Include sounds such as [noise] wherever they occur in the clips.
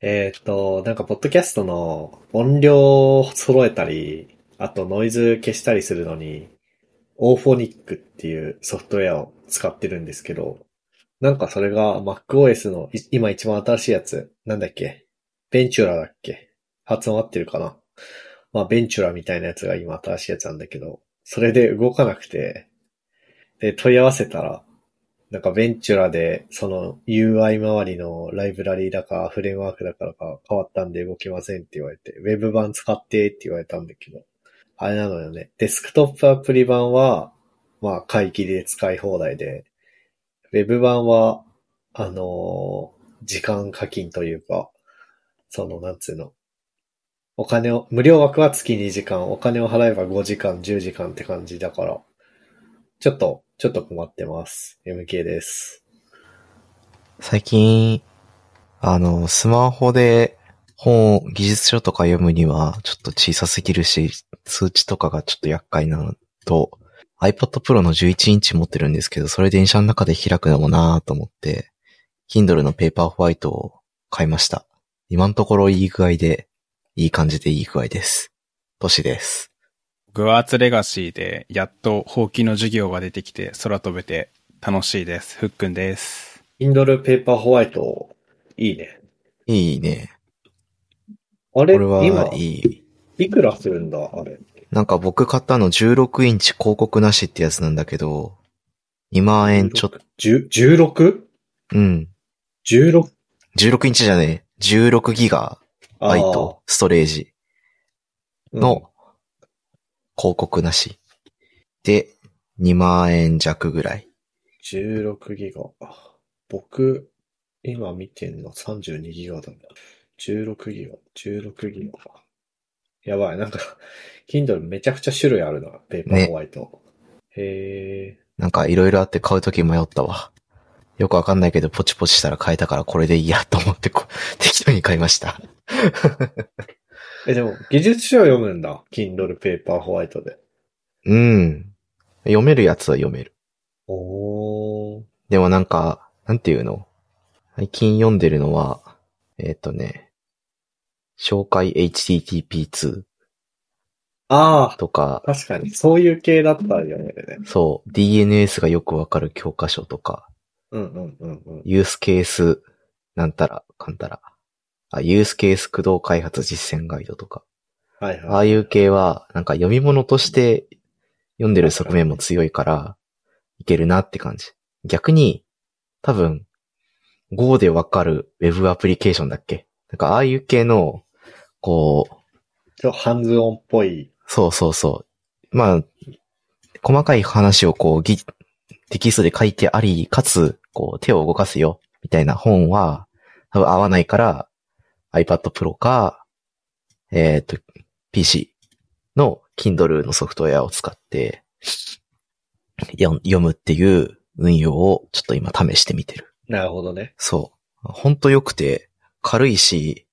えーっと、なんか、ポッドキャストの音量を揃えたり、あとノイズ消したりするのに、オーフォニックっていうソフトウェアを使ってるんですけど、なんかそれが MacOS のい今一番新しいやつ、なんだっけベンチュラだっけ発音合ってるかなまあ、ベンチュラみたいなやつが今新しいやつなんだけど、それで動かなくて、で、問い合わせたら、なんかベンチュラで、その UI 周りのライブラリーだか、フレームワークだからか変わったんで動きませんって言われて、ウェブ版使ってって言われたんだけど、あれなのよね。デスクトップアプリ版は、まあ、買い切りで使い放題で、ウェブ版は、あのー時間課金というか、その、なんつうの、お金を、無料枠は月2時間、お金を払えば5時間、10時間って感じだから、ちょっと、ちょっと困ってます。MK です。最近、あの、スマホで本を、技術書とか読むにはちょっと小さすぎるし、数値とかがちょっと厄介なのと、iPad Pro の11インチ持ってるんですけど、それ電車の中で開くのもなぁと思って、Kindle のペーパーホワイトを買いました。今のところいい具合で、いい感じでいい具合です。歳です。グアーツレガシーで、やっと放棄の授業が出てきて、空飛べて楽しいです。ふっくんです。 Kindle Paper White、いいね。いいね。あこれ、れは今、いい。いくらするんだあれ。なんか僕買ったの16インチ広告なしってやつなんだけど、2万円ちょっと、 16?16? うん。 16? 16インチじゃねえ。16ギガバイトストレージあーうんの広告なし。で、2万円弱ぐらい。 16ギガ。僕、今見てんの32ギガだな。16ギガ、16ギガ。やばい、なんか、Kindle めちゃくちゃ種類あるな、ペーパーホワイト。へえ。なんかいろいろあって買うとき迷ったわ。よくわかんないけど、ポチポチしたら買えたからこれでいいやと思ってこ、適当に買いました。え、でも、技術書を読むんだ。Kindle ペーパーホワイトで。うん。読めるやつは読める。おー。でもなんか、なんていうの最近読んでるのは、えっ、とね、紹介 HTTP2 あとかあ、、確かに。そういう系だったよね。そう、DNS がよくわかる教科書とか、うんうんうんうん。ユースケース、なんたら、かんたら。あ、ユースケース駆動開発実践ガイドとか。はいあはあい。いう系は、なんか読み物として読んでる側面も強いから、いけるなって感じ。逆に、多分、Go でわかる Web アプリケーションだっけなんかああいう系の、こう、ちょっとハンズオンっぽい。そうそうそう。まあ、細かい話をこう、ぎテキストで書いてあり、かつ、こう、手を動かすよ、みたいな本は、多分合わないから、iPad Pro か、えっ、と、PC の Kindle のソフトウェアを使って、よ読むっていう運用をちょっと今試してみてる。なるほどね。そう。ほんと良くて、軽いし、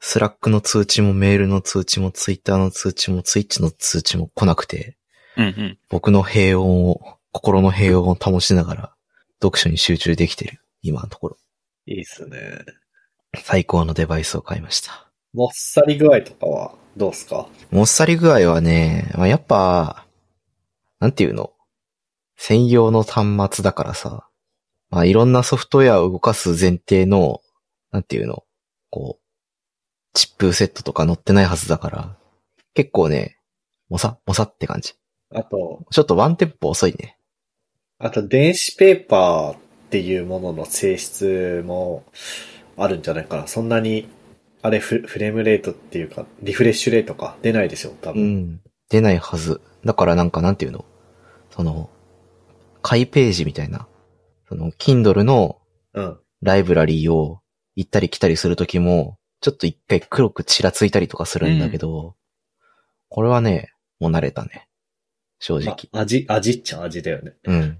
スラックの通知もメールの通知もツイッターの通知もツイッチの通知も来なくて、うんうん。僕の平穏を、心の平穏を保ちながら、読書に集中できてる、今のところ。いいっすね。最高のデバイスを買いました。もっさり具合とかはどうっすかもっさり具合はね、まあ、やっぱ、なんていうの専用の端末だからさ、まあ、いろんなソフトウェアを動かす前提の、なんていうのこう、チップセットとか載ってないはずだから、結構ね、もさ、もさって感じ。あと、ちょっとワンテンポ遅いね。あと電子ペーパーっていうものの性質もあるんじゃないかな。そんなに、あれフフレームレートっていうか、リフレッシュレートか出ないでしょ、多う分。ん。出ないはず。だからなんかなんていうのその、開ページみたいな。その、Kindle のうん。ライブラリーを行ったり来たりするときも、ちょっと一回黒くちらついたりとかするんだけど、これはね、もう慣れたね。正ま直。あ、味、味っちゃ味だよね。うん。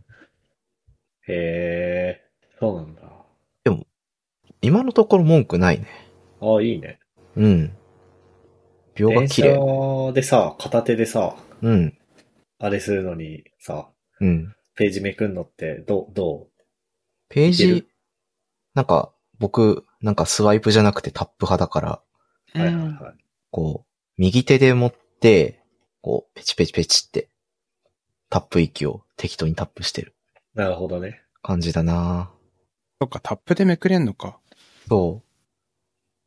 へえ、そうなんだ。今のところ文句ないね。ああ、いいね。うん。秒が電綺麗。車でさ、片手でさ、うん。あれするのにさ、うん。ページめくんのってどう、どペいーけジる、なんか、僕、なんかスワイプじゃなくてタップ派だから、はいはいはこう、右手で持って、こう、ペチペチペチって、タップ域を適当にタップしてるい。なるほどね。感じだなそっか、タップでめくれんのか。そ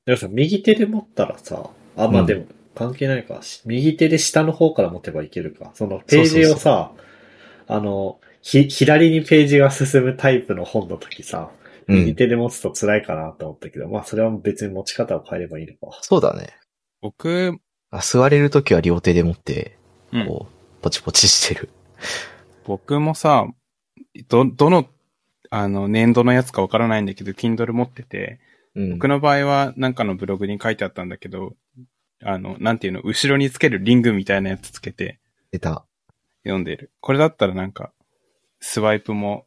でもさ、右手で持ったらさ、あ、まあうんでも、関係ないか、し右手で下の方から持てばいけるか。そのページをさ、そうそあの、ひ、左にページが進むタイプの本の時さ、う。う右ん。手で持つと辛いかなと思ったけど、まあそれは別に持ち方を変えればいいのか。そうだね。僕、あ座れるときは両手で持って、うんこう、ポチポチしてる。僕もさ、ど、どの、あの、年度のやつかわからないんだけど、Kindle 持ってて、うん。僕の場合はなんかのブログに書いてあったんだけど、あの、なんていうの、後ろにつけるリングみたいなやつつけて出た。読んでる。これだったらなんか、スワイプも、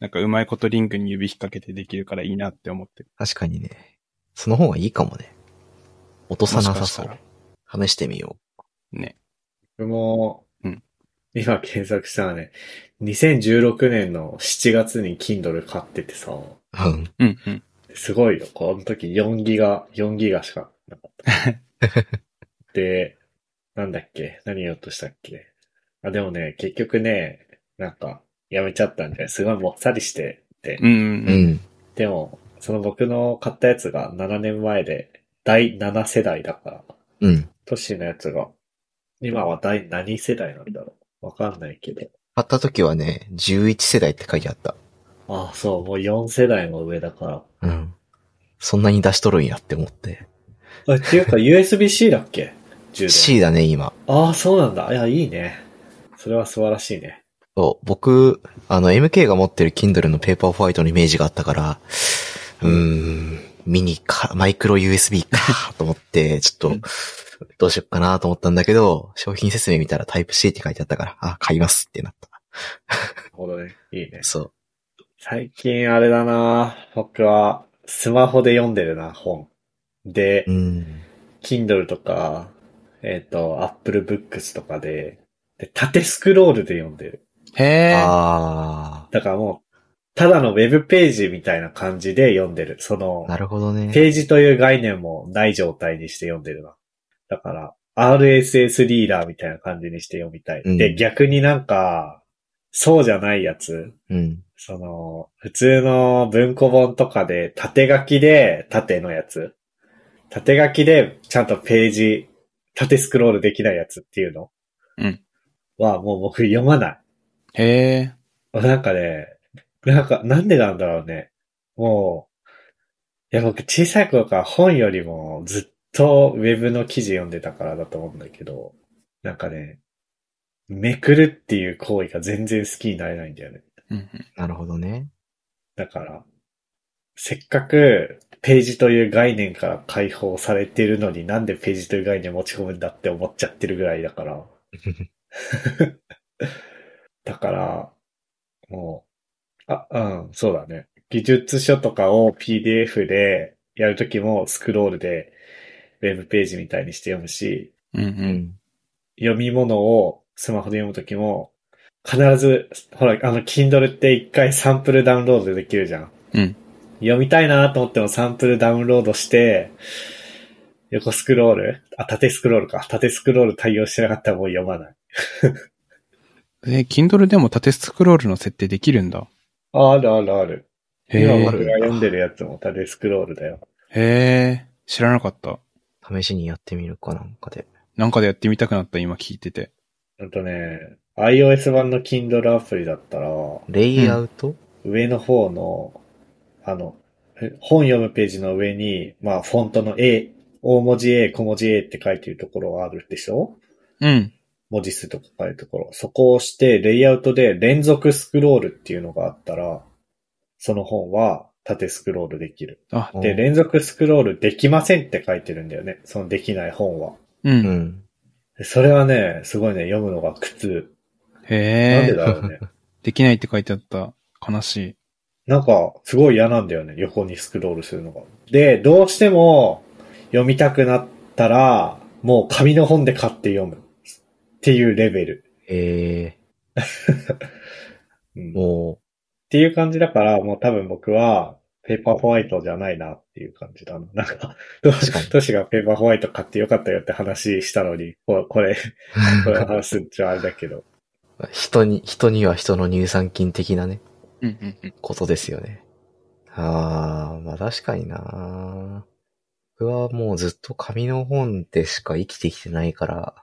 なんかうまいことリングに指引っ掛けてできるからいいなって思ってる。確かにね。その方がいいかもね。落とさなさもしかそしう。試してみよね。僕も、うん今検索したらね、2016年の7月に Kindle 買っててさ、う。うん。うんうん。すごいよ。この時4ギガ、4ギガし [laughs] かなかった。で、なんだっけ何言おうとしたっけあ、でもね、結局ね、なんか、やめちゃったんで、すごいもっさりしてて。うんううんん。でも、その僕の買ったやつが7年前で、第7世代だから、うん。トシのやつが、今は第何世代なんだろうわかんないけど。買った時はね、11世代って書いてあった。あそう、もう4世代も上だから。うん。そんなに出しとるんやって思って。あ、っていうか USB-C だっけ充電 C だね、今。ああ、そうなんだ。いや、いいね。それは素晴らしいね。そう、僕、あの、MK が持ってる Kindle のペーパーホワイトのイメージがあったから、うーん、ミニか、マイクロ USB か、と思って、ちょっと、どうしよっかなと思ったんだけど、商品説明見たらタイプ C って書いてあったから、あ、買いますってなっなるほどね。いいねた。。そう。最近あれだな僕はスマホで読んでるな、本。でう、ん。 Kindle とか、えっ、と、Apple Books とかで、で、縦スクロールで読んでる。へえ。あだからもう、ただのウェブページみたいな感じで読んでる。そのー、、なるほどね。ページという概念もない状態にして読んでるな。だから、RSS リーダーみたいな感じにして読みたい。うんで、逆になんか、そうじゃないやつ、うん。その、普通の文庫本とかで、縦書きで、縦のやつ。縦書きで、ちゃんとページ、縦スクロールできないやつっていうのうんは、もう僕読まない。へえ。なんかね、なんか、なんでなんだろうね。もう、いや、僕小さい頃から本よりもずっとウェブの記事読んでたからだと思うんだけど、なんかね、めくるっていう行為が全然好きになれないんだよね。うんうんなるほどね。だから、せっかくページという概念から解放されてるのになんでページという概念持ち込むんだって思っちゃってるぐらいだから。だから、もう、あ、うん、そうだね。技術書とかを PDF でやるときもスクロールでウェブページみたいにして読むし、うんう。うんん。読み物をスマホで読むときも、必ず、ほら、あの、Kindle って一回サンプルダウンロードできるじゃん。うん。読みたいなと思ってもサンプルダウンロードして、横スクロールあ、縦スクロールか。縦スクロール対応してなかったらもう読まない。え、Kindle でも縦スクロールの設定できるんだ。あるあるある。へ今え僕。が読んでるやつも縦スクロールだよ。へえ。知らなかった。試しにやってみるかなんかで。なんかでやってみたくなった、今聞いてて。あとね、iOS 版の Kindle アプリだったら、レイアウト上の方の、あの、え本読むページの上に、まあ、フォントの A、大文字 A、小文字 A って書いてるところがあるでしょうん。文字数とか書いてるところ。そこを押して、レイアウトで連続スクロールっていうのがあったら、その本は縦スクロールできる。あ、で、連続スクロールできませんって書いてるんだよね。そのできない本は。う。うんん。でそれはね、すごいね、読むのが苦痛。なんへでえ。だろうね。できないって書いてあった。悲しい。なんか、すごい嫌なんだよね。横にスクロールするのが。で、どうしても読みたくなったら、もう紙の本で買って読む。っていうレベル。えうんー、もっていう感じだから、もう多分僕は、ペーパーホワイトじゃないなっていう感じだな。なんか、トシかにトシがペーパーホワイト買ってよかったよって話したのに、ここれ、これ話すんじゃあれだけど。 [laughs] 人に、人には人の乳酸菌的なね、うんうんうん。ことですよね。あー、まあ確かにな僕はもうずっと紙の本でしか生きてきてないから、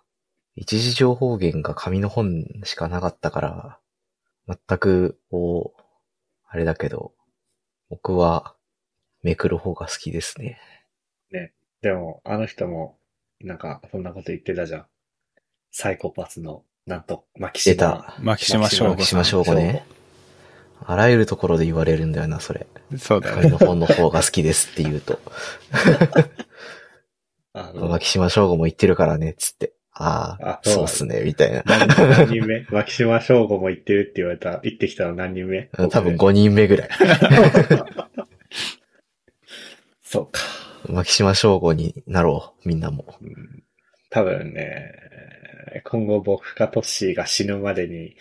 一時情報源が紙の本しかなかったから、全く、こう、あれだけど、僕は、めくる方が好きですね。でも、あの人も、なんか、そんなこと言ってたじゃん。サイコパスの、なんと、マキシ出マ。た。牧島翔吾牧さん。島翔吾ね。あらゆるところで言われるんだよな、それ。そうだ紙ね。の本の方が好きですって言うと。あの、牧島翔吾も言ってるからね、つって。あああ、そうっすね、みたいな。何何人目マキシマ翔吾も言ってるって言われた、言ってきたの何人目多分5人目ぐらい。 [laughs] そうか。牧島翔吾になろう、みんなも。うん多分ね、今後僕かトッシーが死ぬまでに、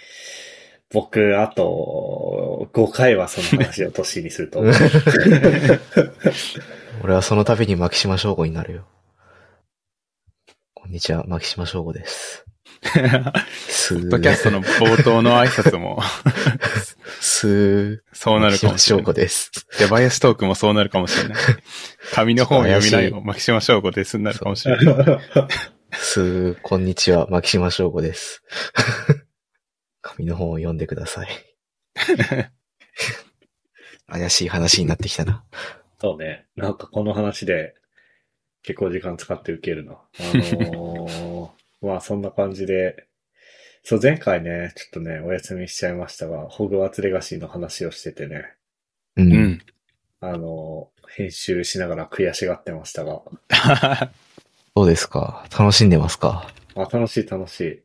僕、あと、5回はその話をトッシーにすると思う。俺はその度に牧島翔吾になるよ。こんにちは、牧島翔吾です。すポッドキャストー、の冒頭の挨拶 [laughs] もすー、そうな牧島るかもし翔れな吾い。です。出囃子トークもそうなるかもしれない。紙の本を読みないよ。牧島翔吾ですになるかもしれない。すー、こんにちは、牧島翔吾です。 [laughs] 紙の本を読んでくだ [laughs] さい。怪しい話になってきたな。そうね。なんかこの話で結構時間使って受けるな。あのーまあそんな感じで、そう前回ね、ちょっとね、お休みしちゃいましたが、ホグワーツレガシーの話をしててね、う。うんん。あのー編集しながら悔しがってましたが、どうですか楽しんでますかまあ楽しい楽しい。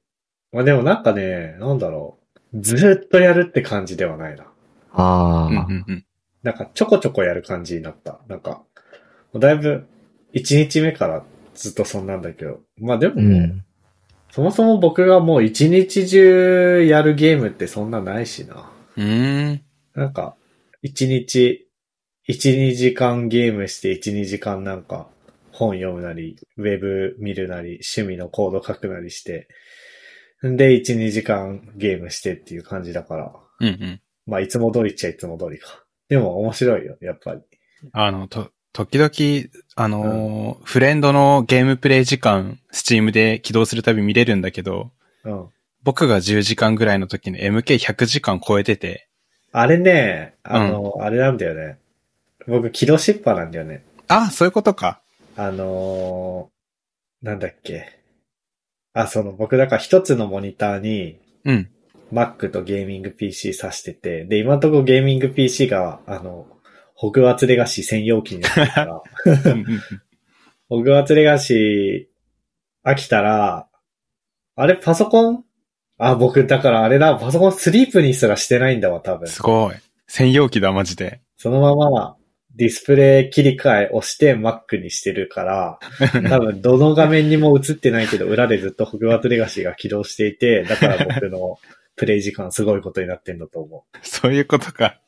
まあでもなんかね、なんだろう、ずーっとやるって感じではないな。あうんうんうんなんかちょこちょこやる感じになった。なんか、もうだいぶ1日目からずっとそんなんだけど、まあであ、もね、。そもそも僕がもう一日中やるゲームってそんなないしな。うーん。なんか、一日、一、二時間ゲームして一、二時間なんか本読むなり、ウェブ見るなり、趣味のコード書くなりして、で、一、二時間ゲームしてっていう感じだから、うんうん。まあ、いつも通りっちゃいつも通りか。でも面白いよ、やっぱり。あの、と、時々、あのーフレンドのゲームプレイ時間、スチームで起動するたび見れるんだけど、うん。僕が10時間ぐらいの時に MK100 時間超えてて、あれね、あの、あれなんだよね。僕、起動しっぱなんだよね。あ、そういうことか。あのーなんだっけ。あ、その僕だから一つのモニターにうん。 Mac とゲーミング PC 挿してて、で、今のところゲーミング PC が、あの、ホグワーツレガシー専用機になってるから、うんうんうんホグワーツレガシー飽きたら、あれパソコンあ、僕だからあれだ、パソコンスリープにすらしてないんだわ、多分。すごい。専用機だ、マジで。そのままディスプレイ切り替えをして Mac にしてるから、多分どの画面にも映ってないけど、裏でずっとホグワーツレガシーが起動していて、だから僕のプレイ時間すごいことになってんだと思そういうことか。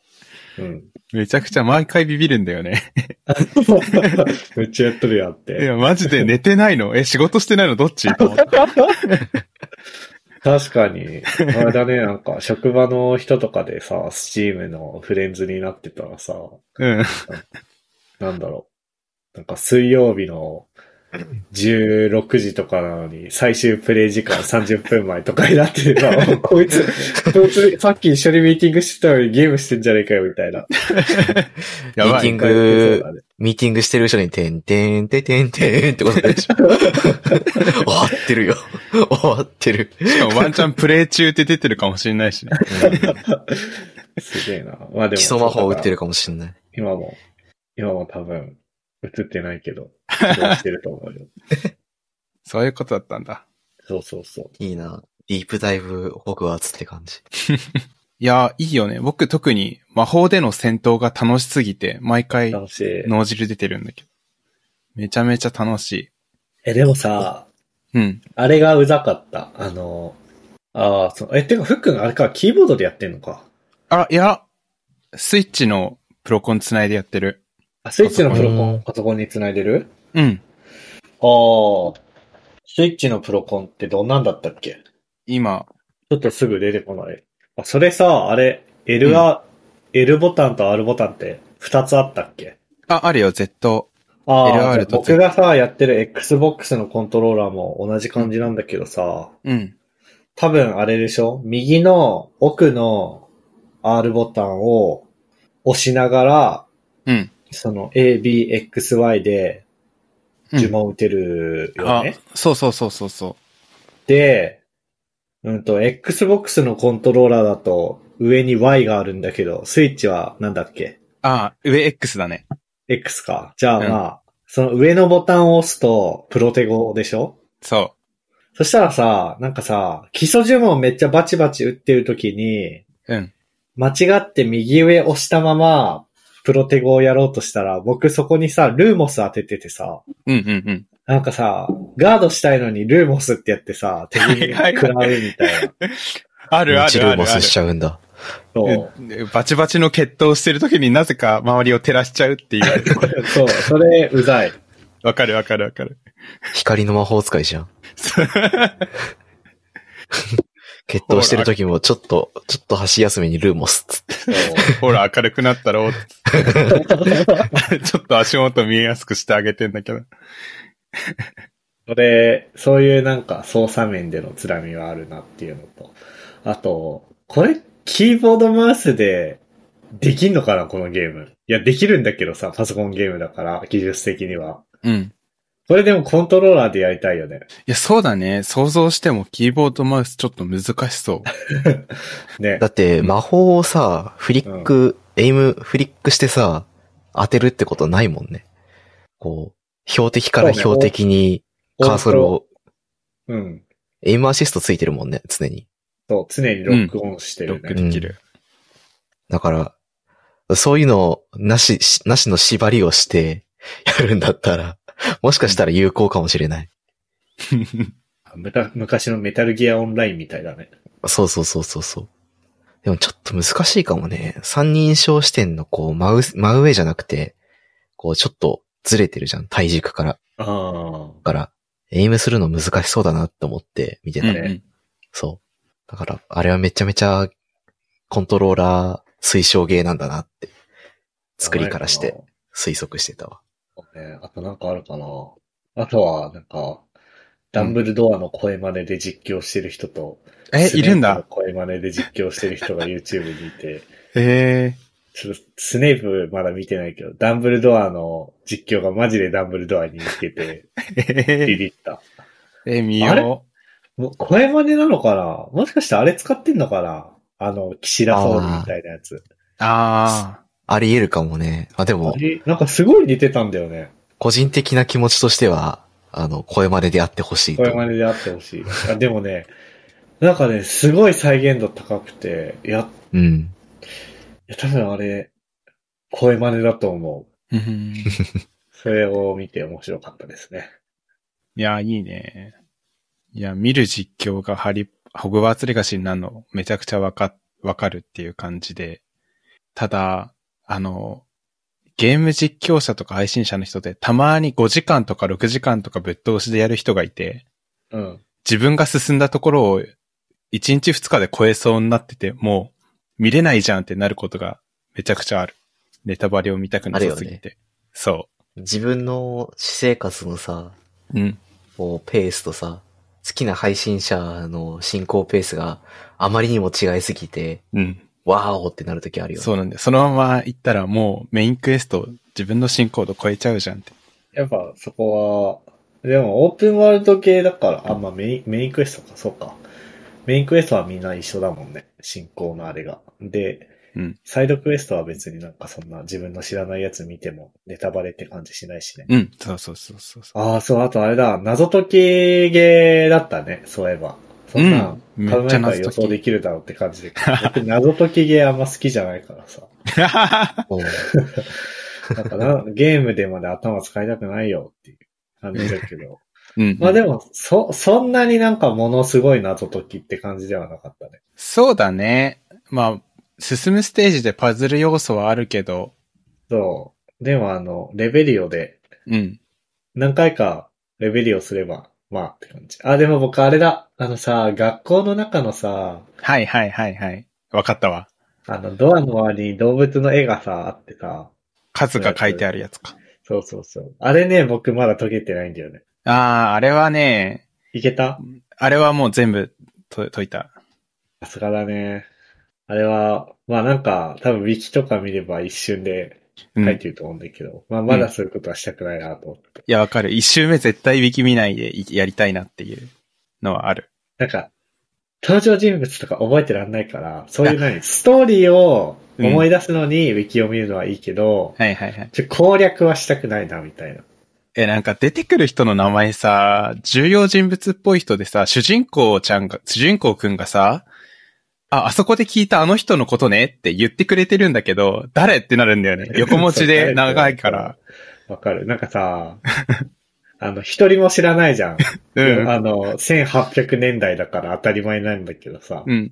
う。うん。めちゃくちゃ毎回ビビるんだよね。 [laughs] [laughs] めっちゃやっとるやんっいて。や、マジで寝てないのえ、仕事してないのどっ [laughs] ちと思って。確かに、 [laughs] あれだね、なんか職場の人とかでさ、スチームのフレンズになってたらさ、うん。なんだろう。なんか水曜日の16時とかなのに、最終プレイ時間30分前とかになってて [laughs] さ、こいつ、こいつ、さっき一緒にミーティングしてたのにゲームしてんじゃねえかよ、みたいな。やミーばティ [laughs] いン。グ、ミーティングしてる人に、てんてんてんてんてんってことでし [laughs] ょ。終わってるよ。終わってる。しかもワンチャンプレイ中って出てるかもしれないしね。すげえな。まあでも。基礎魔法打ってる。るかもしんない。今も、今も多分、映ってないけど、起動してると思うよ。そういうことだったんだ。そうそうそう。いいな。ディープダイブ、ホグワーツって感じ。いや、いいよね。僕特に魔法での戦闘が楽しすぎて、毎回楽しい。脳汁出てるんだけど。めちゃめちゃ楽しえ、でもさ、い。うん。あれがうざかった。あの、ああ、そう、え、てか、ふっくんあれか、キーボードでやってんのか。あ、いや、スイッチのプロコン繋いでやってる。あ、スイッチのプロコうんン、パソコンに繋いでるうん。ああ。スイッチのプロコンってどんなんだったっけ今、ちょっとすぐ出てこない。あ、それさ、あれ、L が、L ボタンと R ボタンって2つあったっけあ、あるよ、Z。ああ LR、と僕がさ、やってる Xbox のコントローラーも同じ感じなんだけどさ、うん。多分あれでしょ右の奥の R ボタンを押しながら、うん。その A, B, X, Y でうん呪文打てるよあね。、そうそうそうそうそで、うんと、Xbox のコントローラーだと上に Y があるんだけど、スイッチはなんだっけう。あ、上 X だね。 ?X か。じゃあうんまあ、その上のボタンを押すとプロテゴでしょそそしたらさ、なんかさ、基礎呪文めっちゃバチバチ打ってる時に、う。うん。間違って右上押したまま、プロテゴをやろうとしたら、僕そこにさ、ルーモス当てててさ、うんうんうん。なんかさ、ガードしたいのにルーモスってやってさ、敵に食らうみたいな。あるあチるルあーモるあスるし。ちゃうんだ。そう。えバチバチの決闘してる時になぜか周りを照らしちゃうっていう。そう、それ、うざい。わかるわかるわかる。光の魔法使いじゃん。そう決闘してる時も、ちょっと、ちょっと箸休めにルーモスっつって。そうほら明るくなったろ。[laughs] [laughs] ちょっと足元見えやすくしてあげてんだけど。それ、そういうなんか操作面でのつらみはあるなっていうのと。あと、これ、キーボードマウスでできんのかなこのゲーム。いや、できるんだけどさ、パソコンゲームだから、技術的には。うん。これでもコントローラーでやりたいよね。いや、そうだね。想像してもキーボードマウスちょっと難しそう。ねだ。って、魔法をさ、フリック、エイム、フリックしてさ、当てるってことないもんね。こう、標的から標的にカーソル音を、符。うん。エイムアシストついてるもんね、常に。そう、常にロックオンしてロるックね。できる。だから、そういうのを、なし、しなしの縛りをして、やるんだったら、もしかしたら有効かもしれない。むた昔のメタルギアオンラインみたいだね。そうそうそうそうそう。でもちょっと難しいかもね。三人称視点のこう、真う真上じゃなくて、こう、ちょっとずれてるじゃん。体軸から。ああ。だから、エイムするの難しそうだなって思って見てうんた。うねんそう。だから、あれはめちゃめちゃ、コントローラー推奨ゲーなんだなって、作りからして。推測してたわ。ね、あとなんかあるかな。あとは、なんか、ダンブルドアの声真似で実況してる人と、え、スネーいプるんのだ。声真似で実況してる人が YouTube にいて、へえ。ちょっとスネープまだ見てないけど、ダンブルドアの実況がマジでダンブルドアに似てて、ビえビった。ー、見あよれもう声真似なのかなもしかしてあれ使ってんのかなあの、岸田総理みたいなやつ。う。ああり得るかもね。あ、でもあ、れなんかすごい似てたんだよね。個人的な気持ちとしては、あの、声真似であってほしいとこ。れまでであってほしい。あでもね、なんかね、すごい再現度高くて、いや、うん。いや多分あれ、声真似だと思う。あ。うんそれを見て面白かったですね。いや、いいね。いや、見る実況がハリ、ホグワーツレガシーになるのめちゃくちゃわか、わかるっていう感じで。ただ、あの、ゲーム実況者とか配信者の人でたまに5時間とか6時間とかぶっ通しでやる人がいて、うん。自分が進んだところを1日2日で超えそうになってて、もう見れないじゃんってなることがめちゃくちゃある。ネタバレを見たくなさすぎて。そ自分の私生活のさ、う。うん。こう、ペースとさ、好きな配信者の進行ペースがあまりにも違いすぎて、うん。わーおってなるときあるよね。そうなんだよ。そのまま行ったらもうメインクエスト自分の進行度超えちゃうじゃんって。やっぱそこは、でもオープンワールド系だから、あ、まあメイン、メインクエストか、そうか。メインクエストはみんな一緒だもんね。進行のあれが。で、うんサイドクエストは別になんかそんな自分の知らないやつ見てもネタバレって感じしないしね。うん。そうそうそうそうそう。ああ、そう、あとあれだ、謎解きゲーだったね、そういえば。そんな、うん買うめっち前かゃ謎ら解き予想できるだろうって感じ [laughs] で。僕謎解きゲーあんま好きじゃないからさ。おうなんか [laughs] な、ゲームでまで頭使いたくないよっていう感じだけど。うん。まあでも、そ、そんなになんかものすごい謎解きって感じではなかったね。そうだね。まあ、進むステージでパズル要素はあるけど、そう。でもあの、レベリオでうん。何回かレベリオすれば、まあって感じ。あ、でも僕あれだ。あのさ、学校の中のさ、はいはいはいはい。わかったわ。あの、ドアの周りに動物の絵がさ、あってさ、数が書いてあるやつか。そうそうそう。あれね、僕まだ解けてないんだよね。ああ、あれはね、いけたあれはもう全部と解いた。さすがだね。あれは、まあなんか、多分ウィキとか見れば一瞬でうん。書いいてると思うんだけど、まあまだそういうことはしたくないなと思って。や、わかる。一周目絶対ウィキ見ないでいやりたいなっていうのはある。なんか、登場人物とか覚えてらんないから、そういう何、ストーリーを思い出すのにウィキを見るのはいいけど、はいはいはい。ちょ攻略はしたくないな、みたいな。え、なんか出てくる人の名前さ、重要人物っぽい人でさ、主人公ちゃんが、主人公くんがさ、あ、あそこで聞いたあの人のことねって言ってくれてるんだけど、誰ってなるんだよね。横文字 [laughs] そでう誰長いから。わかるなんか [laughs] さ、あの、一人も知らないじゃん。うん。あの、1800年代だから当たり前なんだけどさ。うん。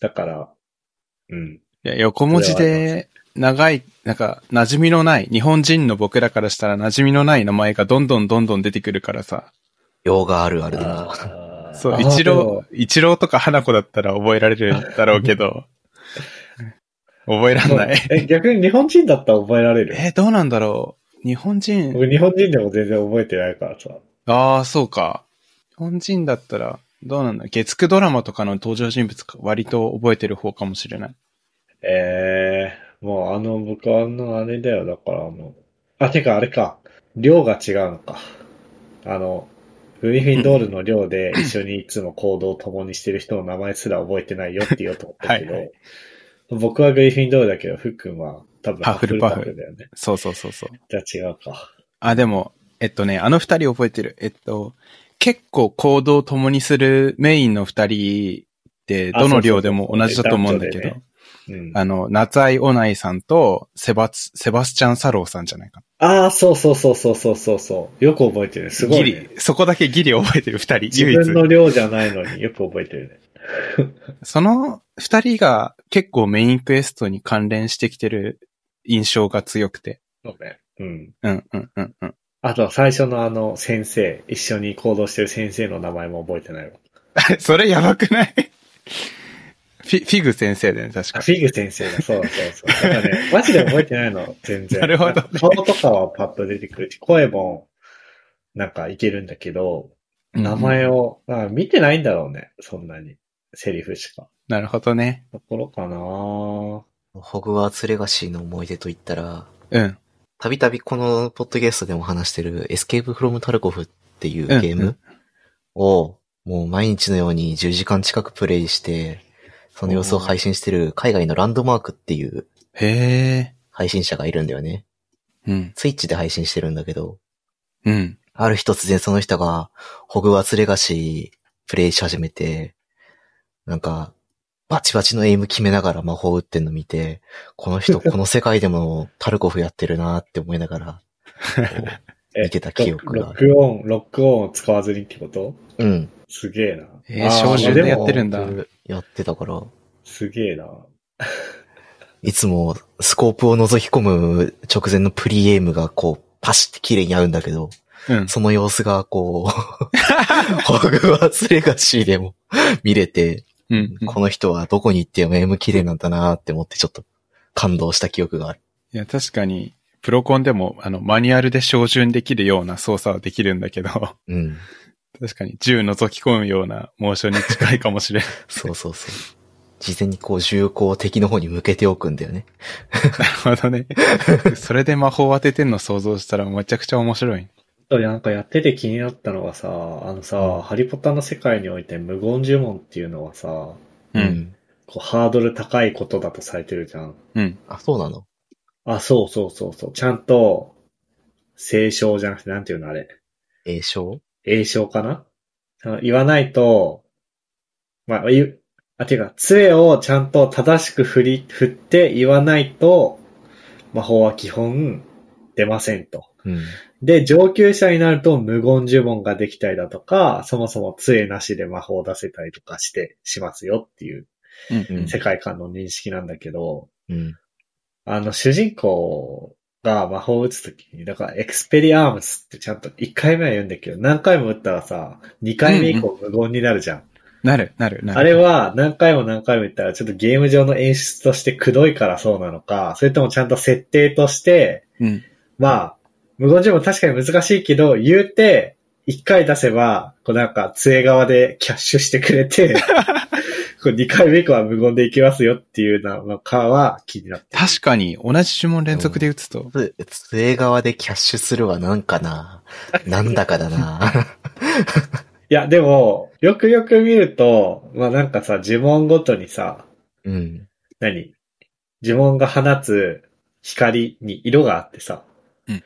だから、うん。いや、横文字で、長い、なんか、馴染みのない、日本人の僕らからしたら馴染みのない名前がどんどんどんどん出てくるからさ。用があるあるだな。あーそう、あー一でも郎、一郎とか花子だったら覚えられるだろうけど、 [laughs] 覚えらんない。え、逆に日本人だったら覚えられるえ、どうなんだろう日本人、僕日本人でも全然覚えてないからさ。ああ、そうか。日本人だったら、どうなんだ月9ドラマとかの登場人物か、割と覚えてる方かもしれない。ええもうあの、僕はあの、あれだよ。だからあの、あ、てかあれか。量が違うのか。あの、グリフィンドールの量で一緒にいつも行動を共にしてる人の名前すら覚えてないよって言おうと思ったけど、はいは僕はグリフィンドールだけど、フックンは多分ハッフルパフハッだよね。そうそうそうそう。じゃあ違うか。あ、でも、えっとね、あの二人覚えてる。えっと、結構行動を共にするメインの二人って、あどそうそうそうの量でも同じだと思うんだけ男女でどね、うん。あの、夏愛オナイさんと、セバス、セバスチャン・サローさんじゃないかな。ああ、そうそうそうそうそうそうそう。よく覚えてる。すごい、ねギ。リ、そこだけギリ覚えてる二人、自唯分一。の量じゃないのによく覚えてるね。その二人が結構メインクエストに関連してきてる印象が強くて。そうね。うん。うん、うん、うん、うん。 [laughs] あとは最初のあの先生、一緒に行動してる先生の名前も覚えてないわ。それやばくないフィフィグ先生だよね、確あか。フィグ先生だ、そうだそうそう。だ [laughs] からね、マジで覚えてないの、全然。なるほどねんか顔とかはパッと出てくるし、声も、なんかいけるんだけど、名前を。を、なんか見てないんだろうね、そんなに。セリフしか。なるほどね。ところかなホグワーツレガシーの思い出といったら、うん。たびたびこのポッドゲストでも話してるエスケープフロムタルコフっていううんゲームを、もう毎日のように10時間近くプレイして、その様子を配信してる海外のランドマークっていうへえ。配信者がいるんだよね。うん。ツイッチで配信してるんだけど、うん。ある日突然その人が、ホグワーツレガシープレイし始めて、なんか、バチバチのエイム決めながら魔法打ってんの見て、この人、この世界でもタルコフやってるなって思いなが [laughs] ら、こうえ見てたロ記ッ憶がある。クオン、ロックオンを使わずにってことうん。すげえな。えーあ照準でもやってるんだやってたから、すげえな。いつもスコープを覗き込む直前のプリエイムがこう、パシって綺麗に合うんだけど、うん。その様子がこう、 [laughs] ホグワーツレガシーでも [laughs] 見れて、うん。この人はどこに行ってもエイム綺麗なんだなって思ってちょっと感動した記憶がある。いや、確かに、プロコンでも、あの、マニュアルで照準できるような操作はできるんだけど、 [laughs] うん。確かに銃覗き込むようなモーションに近いかもしれない。 [laughs] そうそうそう。事前にこう銃口を敵の方に向けておくんだよね。なるほど [laughs] ね。それで魔法を当ててんの想像したらめちゃくちゃ面白い。そうなんかやってて気になったのがさ、あのさ、うんハリポタの世界において無言呪文っていうのはさ、こう。うんん。うハードル高いことだとされてるじゃん。うん。あ、そうなのあ、そうそうそうそう。ちゃんと、聖唱じゃなくて、なんていうのあれ。栄称栄唱かなあの言わないと、まあ、言う、あ、ていうか、杖をちゃんと正しく振り、振って言わないと、魔法は基本出ませんと。うん。で、上級者になると無言呪文ができたりだとか、そもそも杖なしで魔法を出せたりとかして、しますよっていううん。世界観の認識なんだけど、うん。あの、主人公が魔法を打つときに、だからエクスペリアームスってちゃんと1回目は言うんだけど、何回も打ったらさ、2回目以降無言になるじゃん。なる、なる、なる。あれは何回も何回も言ったら、ちょっとゲーム上の演出としてくどいからそうなのか、それともちゃんと設定として、うん。まあ、無言呪文確かに難しいけど、言うて、一回出せば、こうなんか、杖側でキャッシュしてくれ [laughs] て、こう二回目以降は無言でいけますよっていうののかは気になってる。確かに、同じ呪文連続で打つと、つ、杖側でキャッシュするはなんかな。なんだかだな。いや、でも、よくよく見ると、まあなんかさ、呪文ごとにさ、うん。何呪文が放つ光に色があってさ、うん、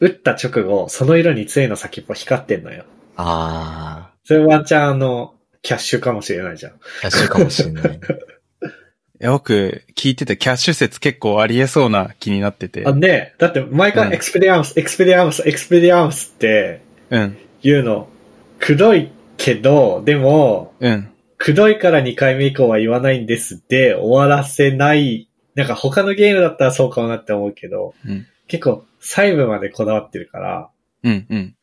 打った直後、その色に杖の先っぽ光ってんのよ。あそれワンチャンあの、キャッシュかもしれないじゃん。ー、キャッシュかもしれない。よく聞いててキャッシュ説結構ありえそうな気になっててあ、。ねだって毎う回んエクスペリアームス、エクスペリアームス、エクスペリアームスってうん、言うの、くどいけど、でも、うん。くどいから2回目以降は言わないんですで終わらせない。なんか他のゲームだったらそうかもなって思うけど、うん結構細部までこだわってるから、うん、うん。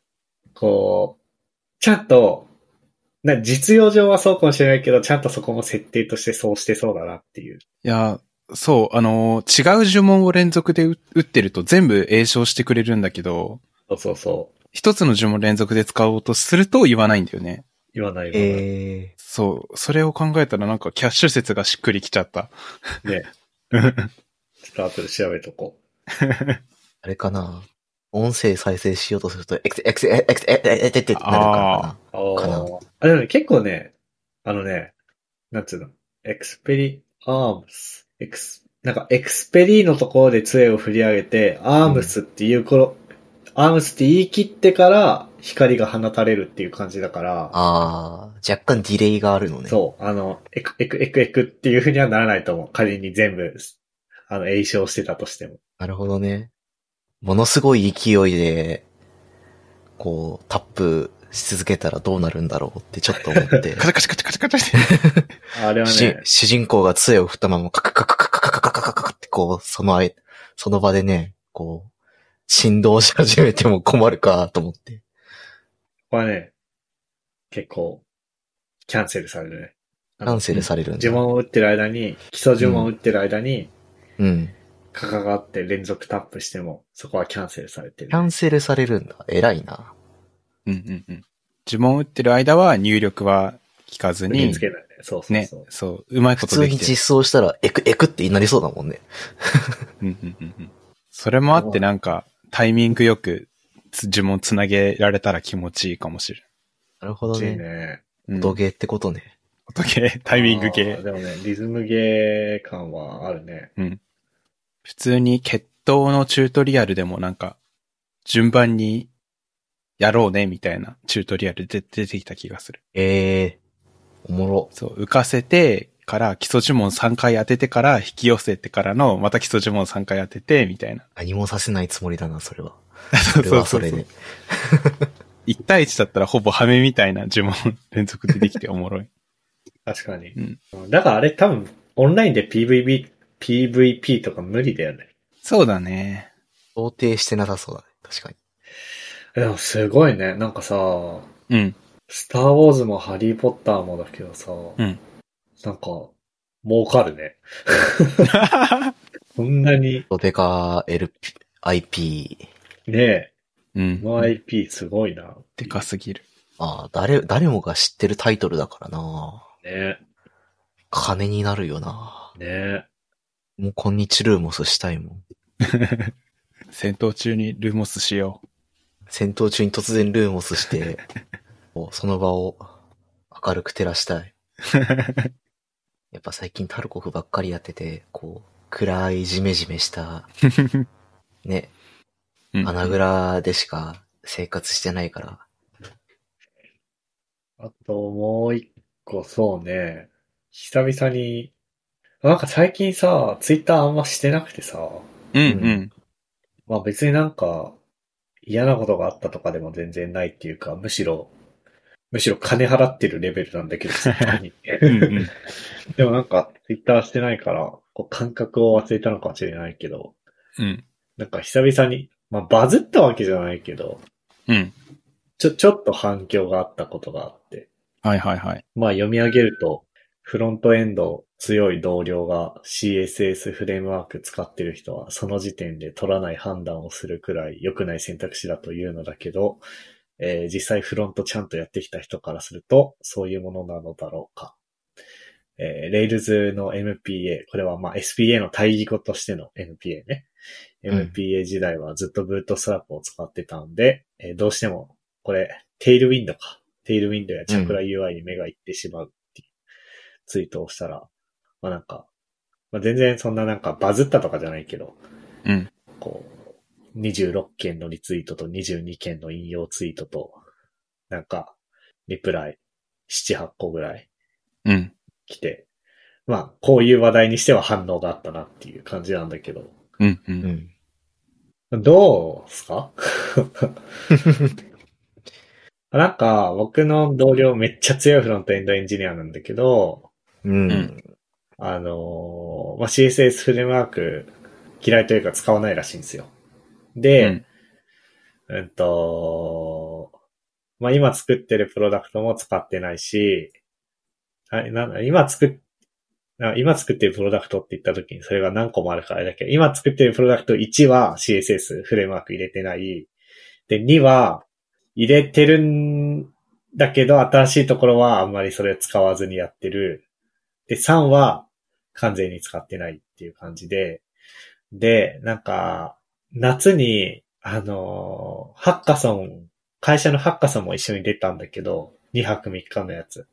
こう、ちゃんと、な実用上はそうかもしれないけど、ちゃんとそこも設定としてそうしてそうだなっていう。いや、そう、あのー、違う呪文を連続で打打ってると全部詠唱してくれるんだけど、そうそうそう。一つの呪文連続で使おうとすると言わないんだよね。言わないもの。えそう、それを考えたらなんかキャッシュ説がしっくりきちゃった。ねちょっと後で調べとこう。ー、あれかな。音声再生しようとすると、エクセ、エクセ、エクセ、エクセ、エクセってなるからかな。あーかなあ、でもね、結構ね、あのね、なんつうの、エクスペリ、アームス、エクス、なんかエクスペリのところで杖を振り上げて、アームスっていう頃、アームスって言い切ってから光が放たれるっていう感じだから、あー、若干ディレイがあるのね。そう、あの、エク、エク、エク、エクっていう風にはならないと思う。仮に全部、あの、詠唱してたとしても。なるほどね。ものすごい勢いで、こう、タップし続けたらどうなるんだろうってちょっと思ってカ。チャカチャカチャカチャカチャって。あれは主ね、主人公が杖を振ったままカカカカカカカカカカカカってこう、そのあい、その場でね、こう、振動し始めても困るかと思って。これはね、結構、キャンセルされるね。あキャのンセルされるんだ。呪文を打ってる間に、基礎呪文を打ってる間に、うん。かかがって連続タップしても、そこはキャンセルされてるキ。ャンセルされるんだ。偉いな。うん、うん、うん。呪文打ってる間は入力は聞かず身ににつ、けないね。そうそうねそう。、そう、うまい普こと通でにきてる実。装したら、エク、エクってなりそうだもんね。うんうんうんうんそれもあってなんか、タイミングよくつ呪文つなげられたら気持ちいいかもしれなるほど欲しいね。ね。ん。音音ゲーってことね。ゲー、タイミングあー系。でもね、リズムゲー感はあるね。普通に決闘のチュートリアルでもなんか、順番にやろうねみたいなチュートリアルで出てきた気がする。ええおもろ。そう、浮かせてから基礎呪文3回当ててから引き寄せてからの、また基礎呪文3回当ててみたいな。何もさせないつもりだな、それは。[laughs] そそれはそれで。 1対1だったらほぼハメみたいな呪文連続でできておもろい。確かに。うんだからあれ多分、オンラインで PVB、PVP とか無理だよね。そうだね。想定してなさそうだね。確かに。でもすごいね。なんかさ、うん。スターウォーズもハリーポッターもだけどさ、んなんか、儲かる [laughs] ね。 [laughs] こんなに、ロデカ LP、IP。ねえ、うんこの IP すごいな。でかすぎる。まあ、誰、誰もが知ってるタイトルだからな。ね金になるよな。え、ねえ。もうこんにちルーモスしたいもん。戦闘中にルーモスしよ戦闘中に突然ルーモス [laughs] して、こうその場を明るく照らしたい。やっぱ最近タルコフばっかりやってて、こう、暗いジメジメ [laughs] した、ね、う。うん穴蔵でしか生活してないから、あともう一個、そうね。久々に、なんか最近さ、ツイッターあんましてなくてさ、うんうん。まあ別になんか嫌なことがあったとかでも全然ないっていうか、むしろ、むしろ金払 [laughs] ってるレベルなんだけど、ツイッターにうんうんでもなんかツイッターしてないから、こう感覚を忘れたのかもしれないけど、うん。なんか久々に、まあバズったわけじゃないけど、うん。ちょ、ちょっと反響があったことがあって、はいはいはい。まあ読み上げると、フロントエンド強い同僚が CSS フレームワーク使ってる人はその時点で取らない判断をするくらい良くない選択肢だというのだけど、えー実際フロントちゃんとやってきた人からするとそういうものなのだろうか。えー、Rails の MPA、これはまあ SPA の対義語としての MPA ね。うん MPA 時代はずっとブートストラップを使ってたんで、えーどうしてもこれ、テイルウィンドか。テイルウィンドやチャクラ UI に目がいってしまうっていうツイートをしたら、まあなんか、まあ全然そんななんかバズったとかじゃないけど、うん。こう、26件のリツイートと22件の引用ツイートと、なんか、リプライ、7、8個ぐらいうん。来て、まあ、こういう話題にしては反応があったなっていう感じなんだけど、うん。う。うんん。どうすか [laughs] なんか、僕の同僚めっちゃ強いフロントエンドエンジニアなんだけど、うん。うんあのーまあ、CSS フレームワーク嫌いというか使わないらしいんですよ。で、うん、と、まあ、今作ってるプロダクトも使ってないし、あなんだ今作っあ今作ってるプロダクトって言った時にそれが何個もあるからあれだけど、今作ってるプロダクト1は CSS フレームワーク入れてない。で、2は入れてるんだけど、新しいところはあんまりそれ使わずにやってる。で、3は完全に使ってないっていう感じで。で、なんか、夏に、あのーハッカソン、会社のハッカソンも一緒に出たんだけど、2泊3日のやつ。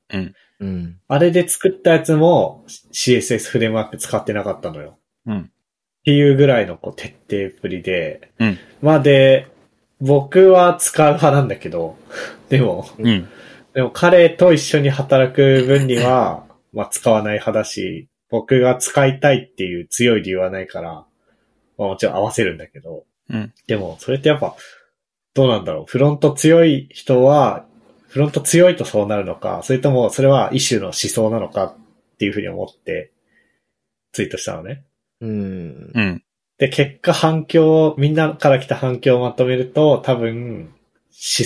うん。あれで作ったやつも CSS フレームワーク使ってなかったのよ。うん。っていうぐらいのこう徹底っぷりで。うんまあで、僕は使う派なんだけど、でも、うん。でも彼と一緒に働く分には、 [laughs] まあ使わない派だし、僕が使いたいっていう強い理由はないから、まあもちろん合わせるんだけど、うんでもそれってやっぱ、どうなんだろう。フロント強い人は、フロント強いとそうなるのか、それともそれは一種の思想なのかっていうふうに思って、ツイートしたのね。うん。うん。で、結果反響、みんなから来た反響をまとめると、多分、思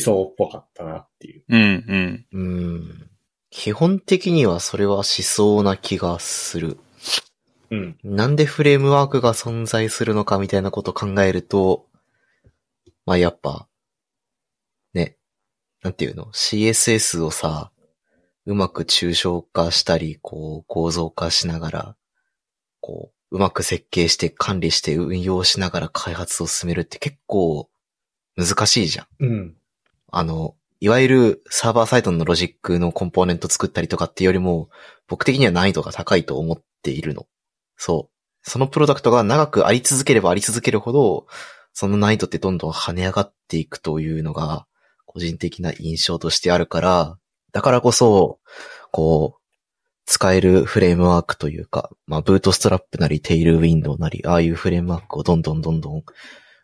想っぽかったなっていう。うん。うん。うん。基本的にはそれはしそうな気がする。うん。なんでフレームワークが存在するのかみたいなことを考えると、まあやっぱ、ね、なんていうの ?CSS をさ、うまく抽象化したり、こう、構造化しながら、こう、うまく設計して管理して運用しながら開発を進めるって結構難しいじゃん。うん。あの、いわゆるサーバーサイトのロジックのコンポーネント作ったりとかっていうよりも、僕的には難易度が高いと思っているの。そう。そのプロダクトが長くあり続ければあり続けるほど、その難易度ってどんどん跳ね上がっていくというのが、個人的な印象としてあるから、だからこそ、こう、使えるフレームワークというか、まあ、ブートストラップなり、テイルウィンドウなり、ああいうフレームワークをどんどんどんどんう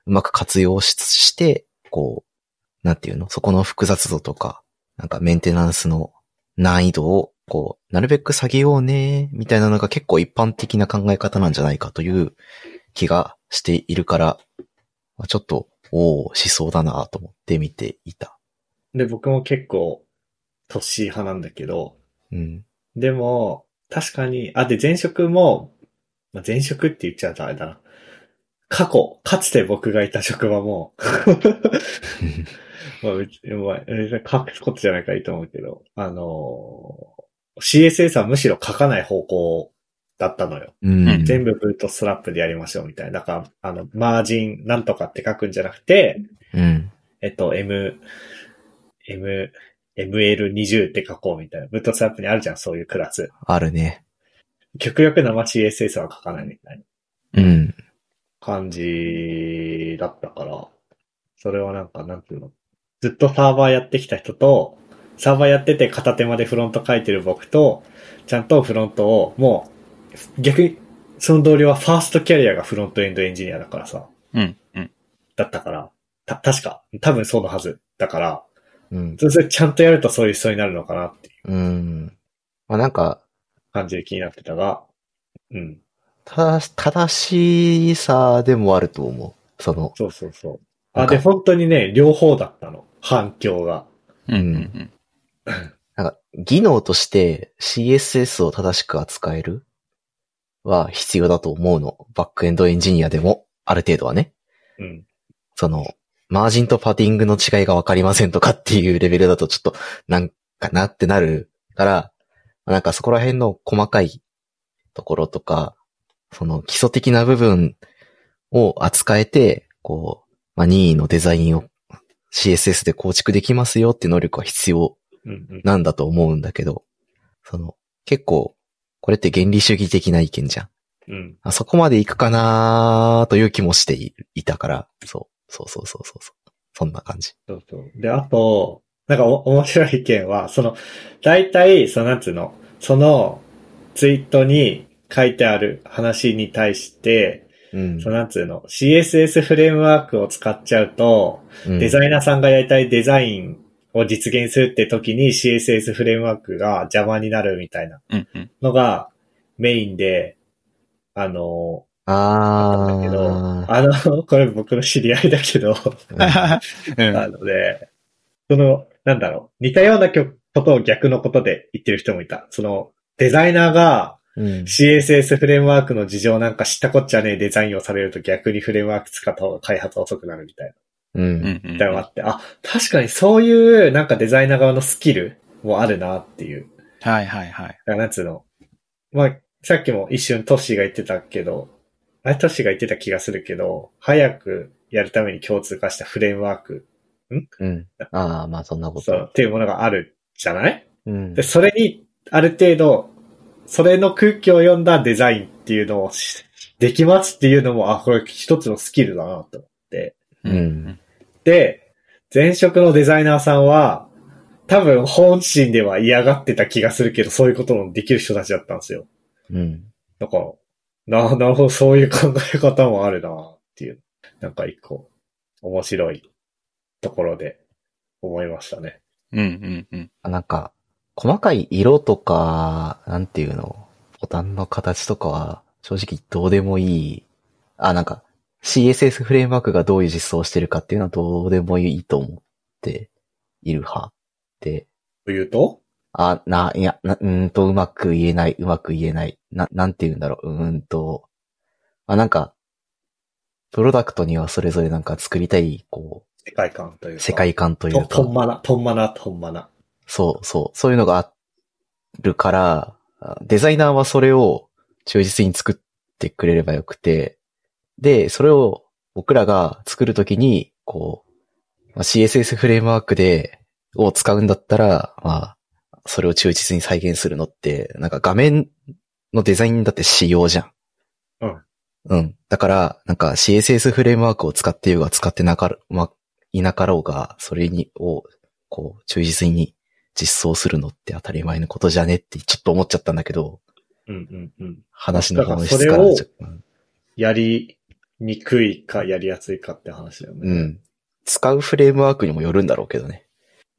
まく活用しして、こう、なんていうのそこの複雑度とか、なんかメンテナンスの難易度を、こう、なるべく下げようね、みたいなのが結構一般的な考え方なんじゃないかという気がしているから、まあちょっと、おお、しそうだなと思って見ていた。で、僕も結構、トッシー派なんだけど、うん。でも、確かに、あ、で、前職も、まあ、前職って言っちゃうとあれだな。過去、かつて僕がいた職場も、 [laughs] まあ、別に、まあ、別に書くことじゃないからいいと思うけど、あのー CSS はむしろ書かない方向だったのよ。うん。全部ブートストラップでやりましょうみたいな。だから、あの、マージンなんとかって書くんじゃなくて、うん。えっと、M、M、ML20 って書こうみたいな。ブートストラップにあるじゃん、そういうクラス。あるね。極力生 CSS は書かないみたいなうん。感じだったから、それはなんか、なんていうの。ずっとサーバーやってきた人と、サーバーやってて片手までフロント書いてる僕と、ちゃんとフロントを、もう、逆に、その同僚はファーストキャリアがフロントエンドエンジニアだからさ、うん。うん。だったから、た、確か、多分そうのはず。だから、うん。それちゃんとやるとそういう人になるのかなっていううん。まあ、なんか、感じで気になってたが、うん。た、正しさでもあると思う。その、そうそうそう。なあ、んかで、本当にね、両方だったの。反響が。うんん。なんか、技能として CSS を正しく扱えるは必要だと思うの。バックエンドエンジニアでも、ある程度はね。うん。その、マージンとパティングの違いがわかりませんとかっていうレベルだとちょっと、なんかなってなるから、なんかそこら辺の細かいところとか、その基礎的な部分を扱えて、こう、まあ、任意のデザインを CSS で構築できますよっていう能力は必要うんうん。なんだと思うんだけど、その、結構、これって原理主義的な意見じゃん。うん。あそこまで行くかなという気もしていいたから、そう、そうそうそうそうそう。そんな感じ。そうそう。で、あと、なんかお面白い意見は、その、大体、その、なんつうの、その、ツイートに書いてある話に対して、うんその、なんつうの、CSS フレームワークを使っちゃうと、うんデザイナーさんがやりたいデザインを実現するって時に CSS フレームワークが邪魔になるみたいなうん。うん。のがメインで、あの、あだけど、ーあの、 [laughs] これ僕の知り合いだけど、うんなので、その、なんだろう、似たようなことを逆のことで言ってる人もいた。その、デザイナーがうんうん CSS フレームワークの事情なんか知ったこっちゃねえデザインをされると逆にフレームワーク使った方が開発遅くなるみたいな。う。うんん。うんみたいなのがあって、あ、確かにそういうなんかデザイナー側のスキルもあるなっていう。はいはいはい。だからなんつうの。まあ、さっきも一瞬トッシーが言ってたけど、あれトッシーが言ってた気がするけど、早くやるために共通化したフレームワーク、うん。ああ、まあそんなこそうと。、っていうものがあるじゃないうんで、。それに、ある程度、それの空気を読んだデザインっていうのをしできますっていうのも、あ、これ一つのスキルだなと思って。うん。で、前職のデザイナーさんは、多分本心では嫌がってた気がするけど、そういうことのできる人たちだったんですよ。うん。だから、な、なるほど、そういう考え方もあるなっていう、なんか一個、面白いところで思いましたね。うんうんうん。あなんか、細かい色とか、なんていうの、ボタンの形とかは、正直どうでもいい。あ、なんか、CSS フレームワークがどういう実装をしてるかっていうのはどうでもいいと思っている派で、というとあ、な、いや、な、うーんと、うまく言えない、うまく言えない。な、なんて言うんだろう、うーんと。あ、なんか、プロダクトにはそれぞれなんか作りたい、こ世界観というう、か。世界観とといいううか。とんか、まな、とんまな、とんまな。そう、そう、そういうのがあるから、あデザイナーはそれを忠実に作ってくれればよくて、で、それを僕らが作るときに、こう、まあ CSS フレームワークで、を使うんだったら、まあ、それを忠実に再現するのって、なんか画面のデザインだって仕様じゃん。うん。うん。だから、なんか CSS フレームワークを使ってようが使ってなかる、まあ、いなかろうが、それに、を、こう、忠実に実装するのって当たり前のことじゃねってちょっと思っちゃったんだけど、うんうんうん。話の本質だかかららちそょっと。やりにくいか、やりやすいかって話だよね。うん。使うフレームワークにもよるんだろうけどね。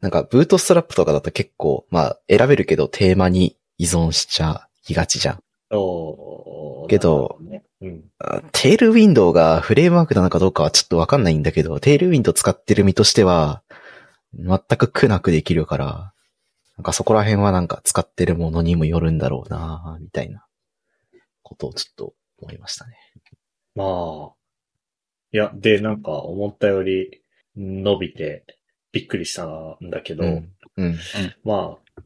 なんか、ブートストラップとかだと結構、まあ、選べるけど、テーマに依存しちゃいがちじゃん。そう。けどなるほね、うん。あテールウィンドウがフレームワークなのかどうかはちょっとわかんないんだけど、テールウィンドウ使ってる身としては、全く苦なくできるから、なんかそこら辺はなんか使ってるものにもよるんだろうなみたいなことをちょっと思いましたね。まあ。いや、で、なんか思ったより伸びてびっくりしたんだけど、うん。うん。まあ、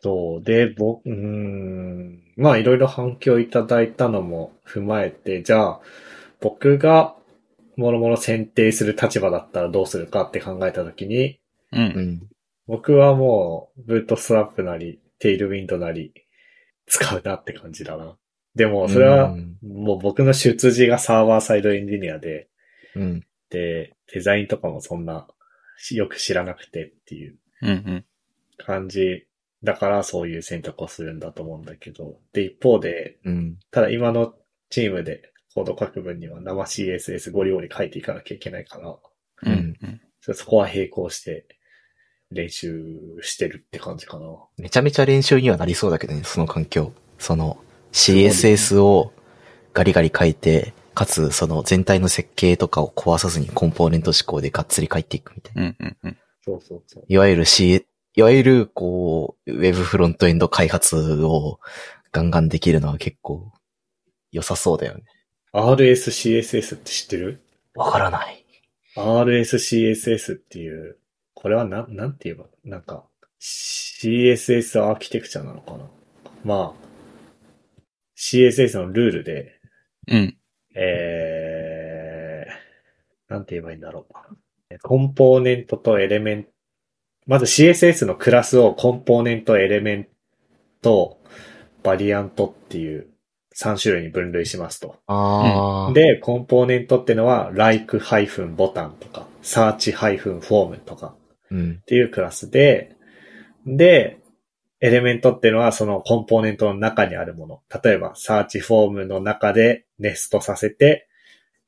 そう、で、僕、うーん、まあいろいろ反響いただいたのも踏まえて、じゃあ、僕がもろもろ選定する立場だったらどうするかって考えたときに、う。うんん。僕はもう、ブートストラップなり、テイルウィンドなり、使うなって感じだな。でも、それは、もう僕の出自がサーバーサイドエンジニアで、うん。で、デザインとかもそんなしよく知らなくてっていううんうん。感じだからそういう選択をするんだと思うんだけど、で、一方で、うん。ただ今のチームでコード書く分には生 CSS ご利用に書いていかなきゃいけないから、うんうん。そそこは並行して練習してるって感じかな。めちゃめちゃ練習にはなりそうだけどね、その環境。その CSS をガリガリ書いて、かつその全体の設計とかを壊さずにコンポーネント思考でがっつり書いていくみたいな。うんうんうん。そうそうそう。いわゆる C、いわゆるこう、ウェブフロントエンド開発をガンガンできるのは結構良さそうだよね。 RS、CSS って知ってるわからない。 ?RS、CSS っていう、これはなん、なんて言えば、なんか、CSS アーキテクチャなのかなまあ、CSS のルールで、うん。えー、なんて言えばいいんだろう。コンポーネントとエレメント、まず CSS のクラスをコンポーネント、エレメント、バリアントっていう3種類に分類しますと。あー、で、コンポーネントってのは、like-ボタンとか、search-form とかうんっ。ていうクラスで、で、エレメントってのはそのコンポーネントの中にあるもの。例えば、サーチフォームの中でネストさせて、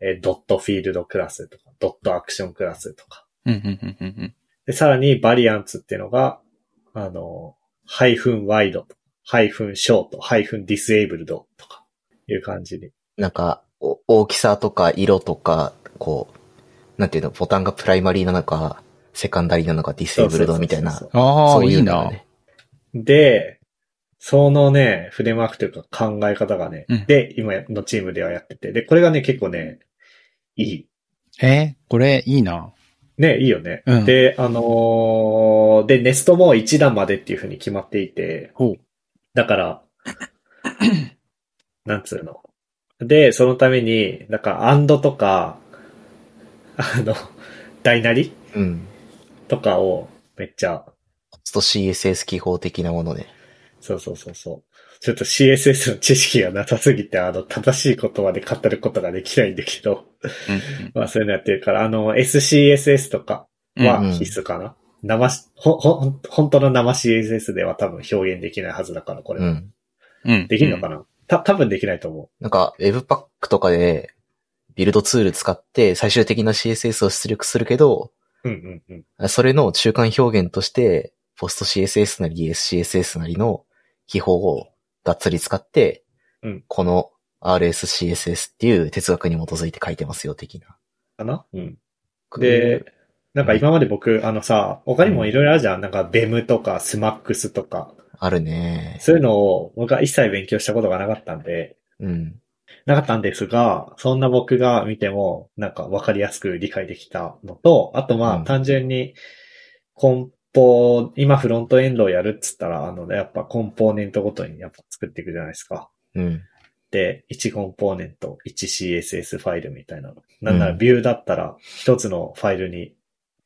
えードットフィールドクラスとか、ドットアクションクラスとか。うんうんうんうんで、さらにバリアンツってのが、あの、ハイフンワイド、ハイフンショート、ハイフンディスエイブルドとか、いう感じに。なんか、お大きさとか色とか、こう、なんていうの、ボタンがプライマリーなのか、セカンダリーなのか、ディセーブルドみたいなそうそうそうそう。ああ、そういいいうのがな。ね。で、そのね、フレームワークというか考え方がね、うんで、今のチームではやってて、で、これがね、結構ね、いい。えーこれいいな。ね、いいよね。うんで、あのーで、ネストも1段までっていう風に決まっていて、ほう。だ [laughs] から、なんつうの。で、そのために、なんか、アンドとか、あの、大なりうん。とかをめっちゃちょっと CSS 記法的なもので。そうそうそうそう。ちょっと CSS の知識がなさすぎて、あの、正しい言葉で語ることができないんだけど、 [laughs] まあそういうのやってるから、あの、SCSS とかうんうんは必須かな。生し、ほ、ほ、本当の生 CSS では多分表現できないはずだから、これ。うん。うん。できるのかな、た、多分できないと思なんか、Webpack とかで、ビルドツール使って最終的な CSS を出力するけど、う。うんうんうん。それの中間表現として、ポスト CSS なり ESCSS なりの記法をがっつり使って、うんこの RSCSS っていう哲学に基づいて書いてますよ、的な。かなうん。で、なんか今まで僕、あのさ、他にもいろいろあるじゃん。なんか BEM とか SMAX とか、あるね。そういうのを僕は一切勉強したことがなかったんで、うん。なかったんですが、そんな僕が見ても、なんかわかりやすく理解できたのと、あとまあうん単純に、コンポ、今フロントエンドをやるっつったら、あのね、やっぱコンポーネントごとにやっぱ作っていくじゃないですか。うん。で、1コンポーネント、1CSS ファイルみたいなの。なんならうんビューだったら、一つのファイルに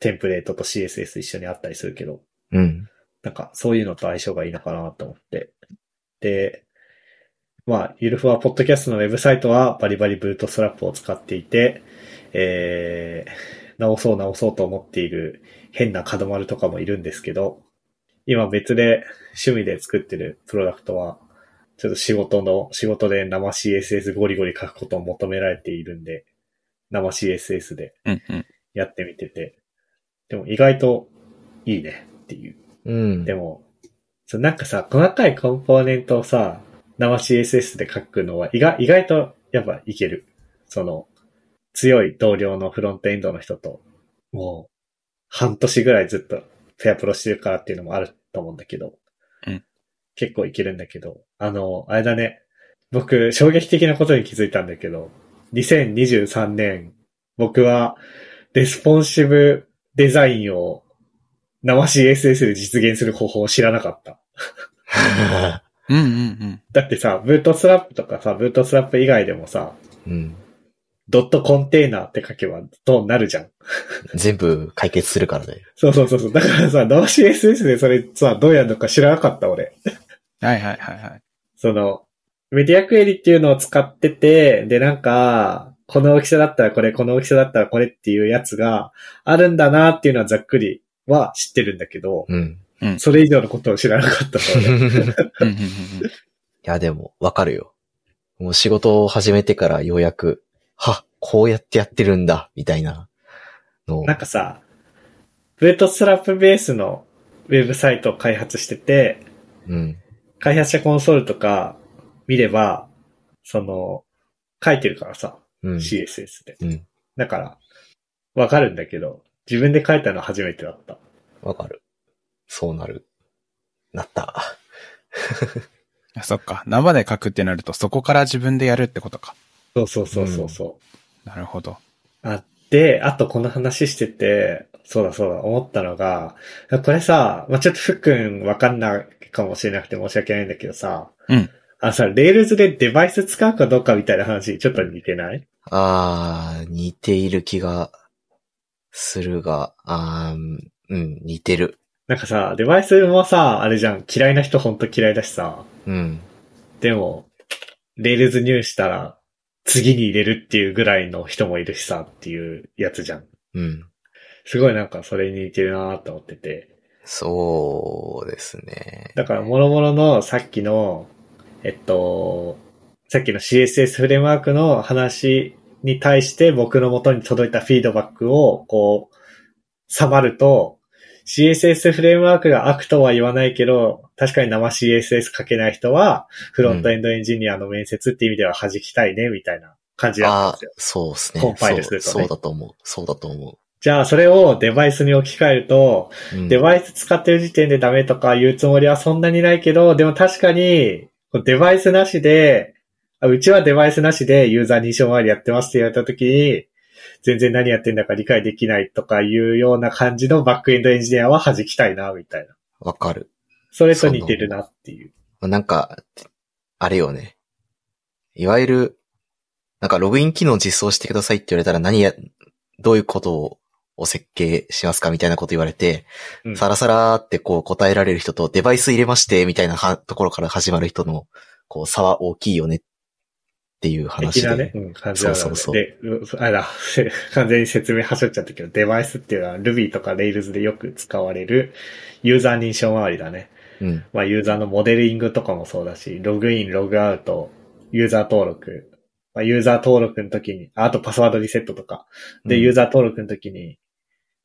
テンプレートと CSS 一緒にあったりするけど、うん。なんか、そういうのと相性がいいのかなと思って。で、まあ、ゆるふわポッドキャストのウェブサイトはバリバリブートストラップを使っていて、えー、直そう直そうと思っている変な角丸とかもいるんですけど、今別で趣味で作ってるプロダクトは、ちょっと仕事の、仕事で生 CSS ゴリゴリ書くことを求められているんで、生 CSS でうんうん。やってみてて、でも意外といいねっていう。うん。でも、そうなんかさ、細かいコンポーネントをさ、生 CSS で書くのは意外意外とやっぱいける。その、強い同僚のフロントエンドの人と、もう、半年ぐらいずっとフェアプロしてるからっていうのもあると思うんだけど、うん結構いけるんだけど、あの、あれだね、僕、衝撃的なことに気づいたんだけど、2023年、僕は、レスポンシブデザインを生 CSS で実現する方法を知らなかった。うんうんだってさ、ブートスラップとかさ、ブートスラップ以外でもさ、 [laughs] うん。ドットコンテーナーって書けばどうなるじゃん。全部解決するからね。そうそうそうそう。だからさ、生 CSS でそれさ、どうやるのか知らなかった俺。うん。はいはいはいはい。その、メディアクエリっていうのを使ってて、でなんか、この大きさだったらこれ、この大きさだったらこれっていうやつがあるんだなっていうのはざっくりは知ってるんだけど、うん。 [laughs] それ以上のことを知らなかったからねうんうんうんうんいや、でも、わかるよ。もう仕事を始めてからようやく、は、こうやってやってるんだ、みたいなのをなんかさ、ブートストラップベースのウェブサイトを開発してて、うん。開発者コンソールとか見れば、その、書いてるからさ、うん。 CSS で。うん。だから、わかるんだけど、自分で書いたの初めてだった。わかる。そうなる。なった。あ [laughs] そっか。生で書くってなると、そこから自分でやるってことか。そうそうそうそうそう。なるほど。あ、で、あとこの話してて、そうだそうだ、思ったのが、これさ、まあ、ちょっとふっくんわかんないかもしれなくて申し訳ないんだけどさ、うん。あのさ、レールズでデバイス使うかどうかみたいな話、ちょっと似てないあー、似ている気がするが、あーうん、似てる。なんかさ、デバイスもさ、あれじゃん、嫌いな人ほんと嫌いだしさ、うん。でも、レールズ入したら、次に入れるっていうぐらいの人もいるしさ、っていうやつじゃん。うん。すごいなんかそれに似てるなと思ってて。そうですね。だから、諸々のさっきの、えっと、さっきの CSS フレームワークの話に対して僕の元に届いたフィードバックを、こう、さばると、CSS フレームワークが悪とは言わないけど、確かに生 CSS 書けない人は、フロントエンドエンジニアの面接っていう意味では弾きたいね、みたいな感じだったんあですよ。そうですね。コンパイルするとねそう。そうだと思う。そうだと思じゃあ、それをデバイスに置き換えると、う。うん、デバイス使ってる時点でダメとか言うつもりはそんなにないけど、でも確かに、こうデバイスなしで、あうちはデバイスなしでユーザー認証周りやってますって言われた時に、全然何やってんだか理解できないとかいうような感じのバックエンドエンジニアは弾きたいな、みたいな。わかる。それと似てるなっていう。なんか、あれよね。いわゆる、なんかログイン機能実装してくださいって言われたら何や、どういうことをを設計しますかみたいなこと言われて、うんさらさらーってこう答えられる人とデバイス入れましてみたいなはところから始まる人のこう差は大きいよねっていう的話で。なね、うん、感じなのでそうそうそうで、うあれだ、 [laughs] 完全に説明はしょっちゃったけど、デバイスっていうのは Ruby とか Rails でよく使われるユーザー認証周りだね。うん。まあ、ユーザーのモデリングとかもそうだし、ログイン、ログアウト、ユーザー登録、まあ、ユーザー登録の時に、ああとパスワードリセットとか、で、うんユーザー登録の時に、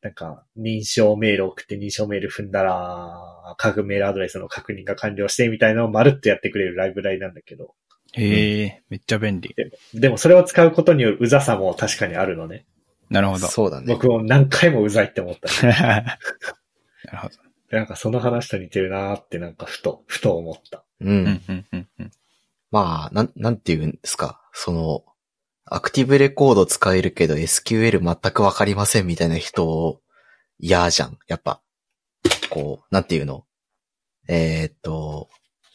なんか、認証メール送って認証メール踏んだら、各メールアドレスの確認が完了してみたいなのをまるっとやってくれるライブラリなんだけど、へえ、めっちゃ便利。でもそれを使うことによるうざさも確かにあるのね。なるほど。そうだね。僕も何回もうざいって思ったし。 [laughs] なるほど。なんかその話と似てるなーってなんかふと、ふと思った。う。うんん、うん、うん、うん。まあ、なん、なんて言うんですか。その、アクティブレコード使えるけど SQL 全くわかりませんみたいな人、嫌じゃん。やっぱ。こう、なんていうのえーっと、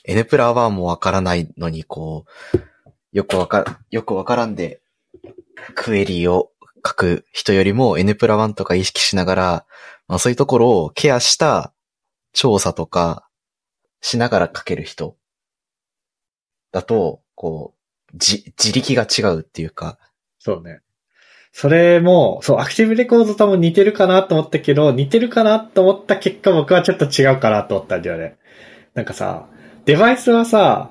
N プラはもわからないのに、こう、よくわか、よくわからんで、クエリを書く人よりも N プラ1とか意識しながら、まあそういうところをケアした調査とかしながら書ける人だと、こう、じ、自力が違うっていうか、そうね。それも、そう、アクティブレコードとも似てるかなと思ったけど、似てるかなと思った結果僕はちょっと違うかなと思ったんだよね。なんかさ、デバイスはさ、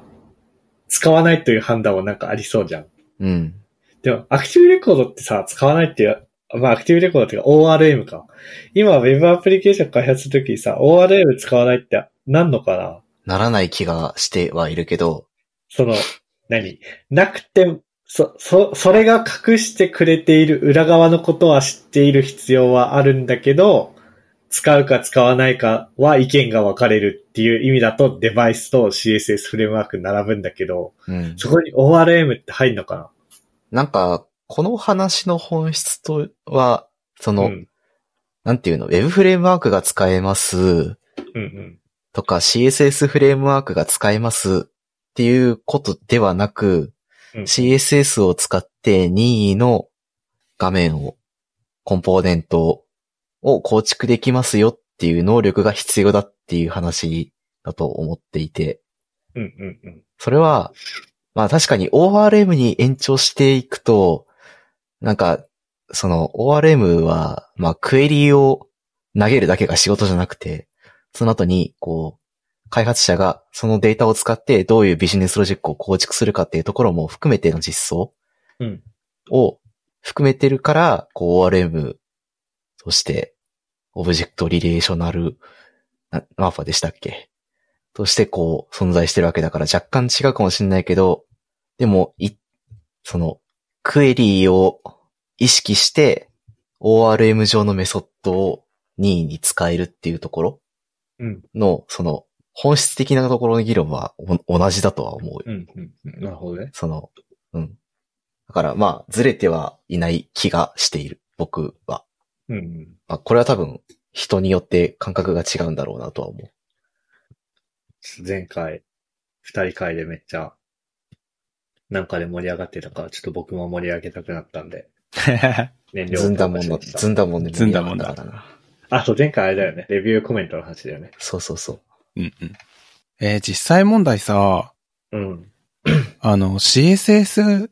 使わないという判断もなんかありそうじゃん。うん。でも、アクティブレコードってさ、使わないっていう、まあ、アクティブレコードっていうか ORM か。今、ウェブアプリケーション開発するときにさ、ORM 使わないってなんのかなならない気がしてはいるけど、その、何なくて、そ、そ、それが隠してくれている裏側のことは知っている必要はあるんだけど、使うか使わないかは意見が分かれるっていう意味だとデバイスと CSS フレームワーク並ぶんだけど、うん。そこに ORM って入んのかなんか、この話の本質とは、そなの、うん。なんていうの、Web フレームワークが使えますうんうん。とか CSS フレームワークが使えますっていうことではなく、うん CSS を使って任意の画面を、コンポーネントを構築できますよっていう能力が必要だっていう話だと思っていて、うんうんうん。それは、まあ確かに ORM に延長していくと、なんか、その ORM は、まあクエリを投げるだけが仕事じゃなくて、その後に、こう、開発者がそのデータを使ってどういうビジネスロジックを構築するかっていうところも含めての実装うんを含めてるから、こう ORM として、オブジェクトリレーショナル、なマーファでしたっけとしてこう存在してるわけだから若干違うかもしれないけど、でも、い、その、クエリーを意識して、ORM 上のメソッドを任意に使えるっていうところうん。の、その、本質的なところの議論はお同じだとは思うようん。うん。なるほどね。その、うん。だからまあ、ずれてはいない気がしている。僕は。うんうん。まあ、これは多分、人によって感覚が違うんだろうなとは思う。前回、二人会でめっちゃ、なんかで盛り上がってたから、ちょっと僕も盛り上げたくなったんで、燃料ずんだもんのの、ずんだもんでずんだもんだからな。あ、そう、前回あれだよね。レビューコメントの話だよね。そうそうそう。 [laughs] うんうん。えー実際問題さ、うん。あの、CSS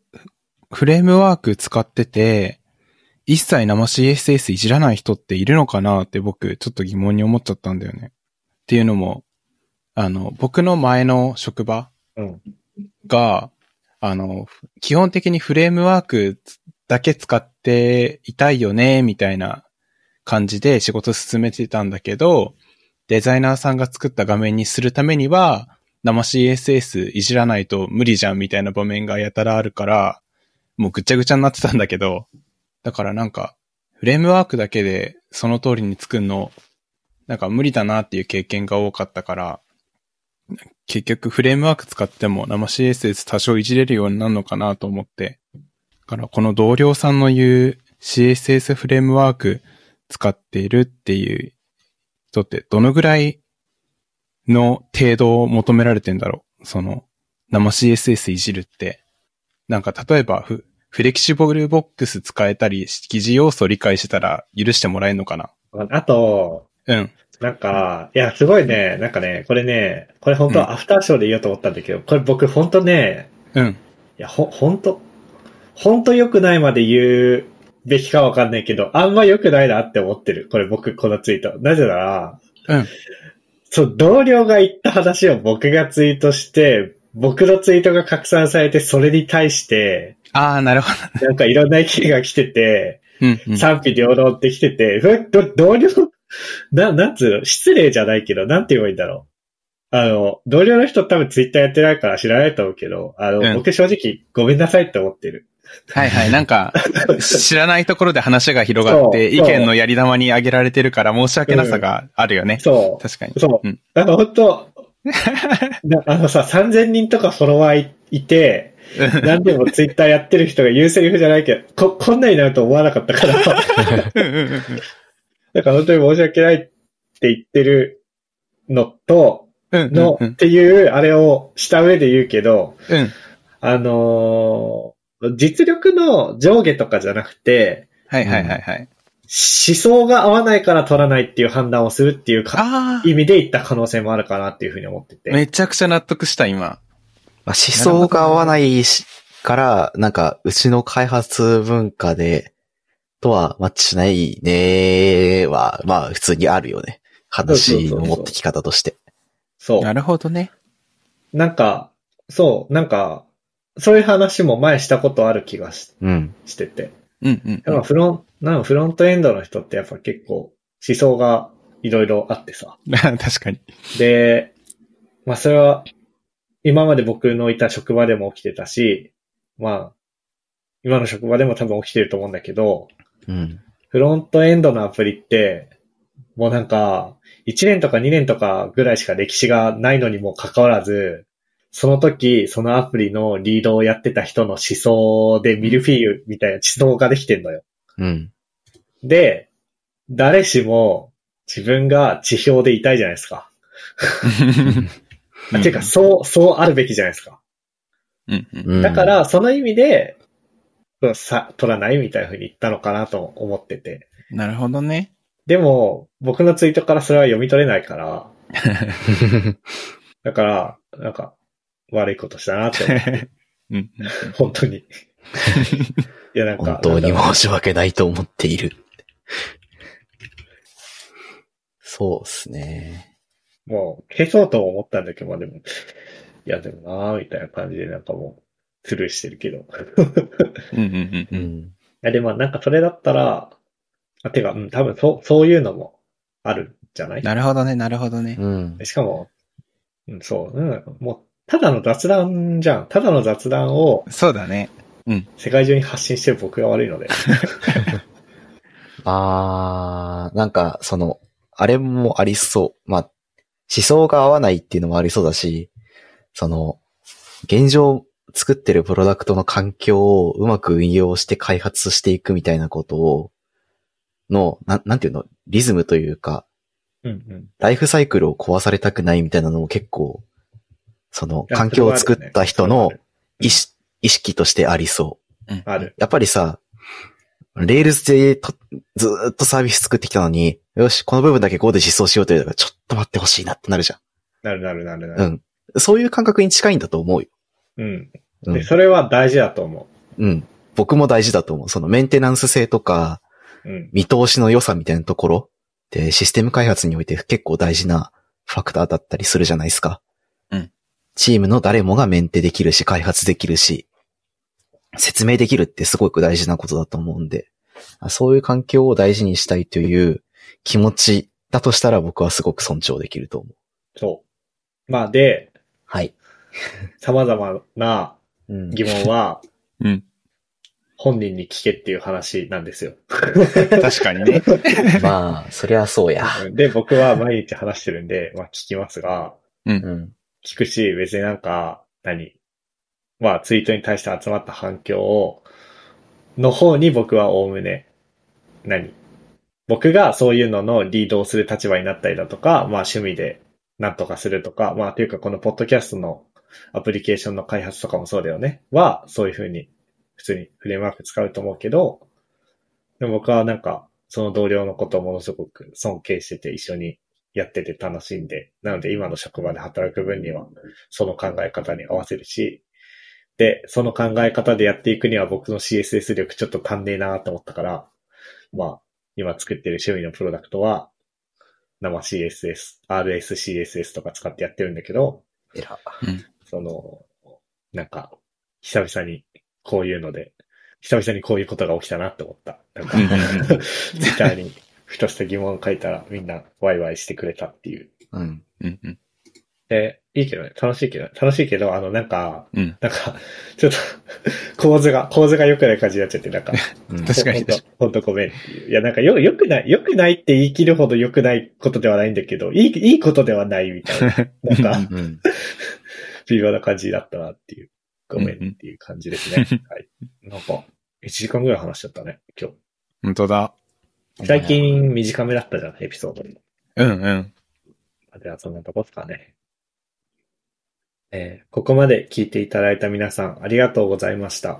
フレームワーク使ってて、一切生 CSS いじらない人っているのかなって僕、ちょっと疑問に思っちゃったんだよね。っていうのも、あの、僕の前の職場うん。が、あの、基本的にフレームワークだけ使っていたいよね、みたいな感じで仕事進めてたんだけど、デザイナーさんが作った画面にするためには、生 CSS いじらないと無理じゃんみたいな場面がやたらあるから、もうぐちゃぐちゃになってたんだけど、だからなんか、フレームワークだけでその通りに作るの、なんか無理だなっていう経験が多かったから、結局フレームワーク使っても生 CSS 多少いじれるようになるのかなと思って。だからこの同僚さんの言う CSS フレームワーク使っているっていう人ってどのぐらいの程度を求められてんだろうその生 CSS いじるって。なんか例えばフフレキシブルボックス使えたり記事要素を理解してたら許してもらえるのかなあと、うん。なんか、いや、すごいね、なんかね、これね、これ本当はアフターショーで言おうと思ったんだけど、これ僕本当ね、うん。いや、ほ、本当本当良くないまで言うべきかわかんないけど、あんま良くないなって思ってる。これ僕、このツイート。なぜなら、うん。そう、同僚が言った話を僕がツイートして、僕のツイートが拡散されて、それに対して、ああ、なるほなんかいろんな意見が来てて、ど。うん、うん。賛否両論ってきて [laughs] て、ふど同僚、 [laughs] な、なんつうの、失礼じゃないけど、なんて言えばいいんだろう。あの、同僚の人多分ツイッターやってないから知らないと思うけど、あの、うん僕正直ごめんなさいって思ってる。はいはい。なんか、知らないところで話が広がって、そう意見のやり玉に挙げられてるから申し訳なさがあるよね。そう。確かに。そう。うんあの、本 [laughs] 当なあのさ、3000人とかフォロワーいいて、何でもツイッターやってる人が言うセリフじゃないけど、こ、こんなになると思わなかったから。 [laughs] うんうんうんだから本当に申し訳ないって言ってるのと、うんうんの、うっんていう、あれをした上で言うけど、うん。あのー実力の上下とかじゃなくて、はいはいはいはい。思想が合わないから取らないっていう判断をするっていうかあ意味で言った可能性もあるかなっていうふうに思ってて。あ、めちゃくちゃ納得した、今。まあ、思想が合わないしから、なんか、うちの開発文化で、とはマッチしないねーは、まあ、普通にあるよね。話の持ってき方として。そう。なるほどね。なんか、そう、なんか、そういう話も前したことある気がしうん。してて。うんうんやっぱフロン、なんかフロントエンドの人ってやっぱ結構思想がいろいろあってさ。うん。 [laughs] 確かに。で、まあそれは、今まで僕のいた職場でも起きてたし、まあ、今の職場でも多分起きてると思うんだけど、うん。フロントエンドのアプリって、もうなんか、1年とか2年とかぐらいしか歴史がないのにもかかわらず、その時、そのアプリのリードをやってた人の思想でミルフィーユみたいな思想ができてんのよ。うん。で、誰しも自分が地表でいたいじゃないですか。うんていうか、、そう、そうあるべきじゃないですか。うんうん。うん [laughs] だか、ら、その意味で、うんさ、取らないみたいな風に言ったのかなと思ってて。なるほどね。 [laughs] でも、僕のツイートからそれは読み取れないから、だから、なんか、悪いことしたなって思う、うんうん [laughs] 本当に。いや、なんか、本当になんだろ申し訳ないと思っている。そうっすね。うもう、消そうとも思ったんだけど、まあでも、いや、でもなーみたいな感じで、なんかもう、スルーしてるけど。うんうんう。うんん。いや、でもなんかそれだったら、あ、てか、うん、多分そう、そういうのもあるんじゃないなるほどね、なるほどね。うん。しかも、うん、そう、うん、もう、ただの雑談じゃん。ただの雑談を、そうだね。うん世界中に発信してる僕が悪いので。あー、なんか、その、あれもありそう。まあ、思想が合わないっていうのもありそうだし、その、現状作ってるプロダクトの環境をうまく運用して開発していくみたいなことを、の、なん、なんていうの、リズムというか、 [laughs] うんうん。ライフサイクルを壊されたくないみたいなのも結構、その、いや環境を作った人のそれは意識意識としてありそう。うんある。ある。やっぱりさ、レールズでとずーっとサービス作ってきたのに、よし、この部分だけ Go で実装しようというのが、ちょっと待ってほしいなってなるじゃ。なるなるなるなんうる。ん。そういう感覚に近いんだと思うよ。うん。うで、ん。それは大事だと思うん。僕も大事だと思う。そのメンテナンス性とか、う。うん。見通しの良さみたいなところで、システム開発において結構大事なファクターだったりするじゃないですか。うん。チームの誰もがメンテできるし、開発できるし、説明できるってすごく大事なことだと思うんで、あそういう環境を大事にしたいという気持ちだとしたら僕はすごく尊重できると思う。そう。まあ、で、はい。様々なうん。疑問 [laughs] はうん。本人に聞けっていう話なんです [laughs] よ。確かにね。 [laughs] まあ、そりゃそうや。で、僕は毎日話してるんで、まあ聞きますが、うん。聞くし、別になんか、何まあ、ツイートに対して集まった反響を、の方に僕はおおむね、何僕がそういうののリードをする立場になったりだとか、まあ趣味でなんとかするとか、まあというかこのポッドキャストのアプリケーションの開発とかもそうだよね。は、そういうふうに普通にフレームワーク使うと思うけど、でも僕はなんか、その同僚のことをものすごく尊敬してて一緒にやってて楽しんで、なので今の職場で働く分には、その考え方に合わせるし、で、その考え方でやっていくには僕の CSS 力ちょっと足んねえなと思ったから、まあ、今作ってる趣味のプロダクトは、生 CSS、RSCSS とか使ってやってるんだけど、えら。その、なんか、久々にこういうので、久々にこういうことが起きたなって思った。なんか [laughs] うんうんう、ツイッターにふとした疑問を書いたらみんなワイワイしてくれたっていう。うん。うんうん。で、いいけどね、楽しいけど、楽しいけど、あの、なんか、うん。なんか、ちょっと、 [laughs] 構図が、構図が良くない感じになっちゃって、なんか、うん。 [laughs] 確かにほんとほんとごめんっていう。いや、なんかよ、良くない、良くないって言い切るほど良くないことではないんだけど、いい、いいことではないみたいな、 [laughs] なんか、うん。微妙な感じだったなっていう、ごめんっていう感じですね。はい。なんか、1時間ぐらい話しちゃったね、 [laughs] 今本当だ。日。最近短めだったじゃん、エピソードに。うんうん。ではそんなとこですかね。えーここまで聞いていただいた皆さんありがとうございました。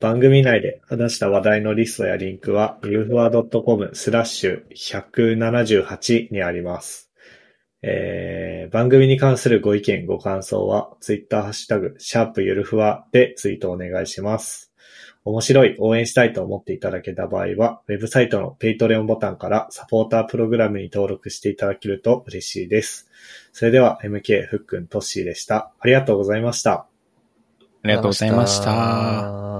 番組内で話した話題のリストやリンクは、ゆふわ .com スラッシュ178にあります。えー番組に関するご意見、ご感想は、ツイッターハッシュタグ、シャープゆるふわでツイートお願いします。面白い、応援したいと思っていただけた場合は、ウェブサイトのペイトレオンボタンからサポータープログラムに登録していただけると嬉しいです。それでは、MK、ふっくん、トッシーでした。ありがとうございました。ありがとうございました。ありがとうございました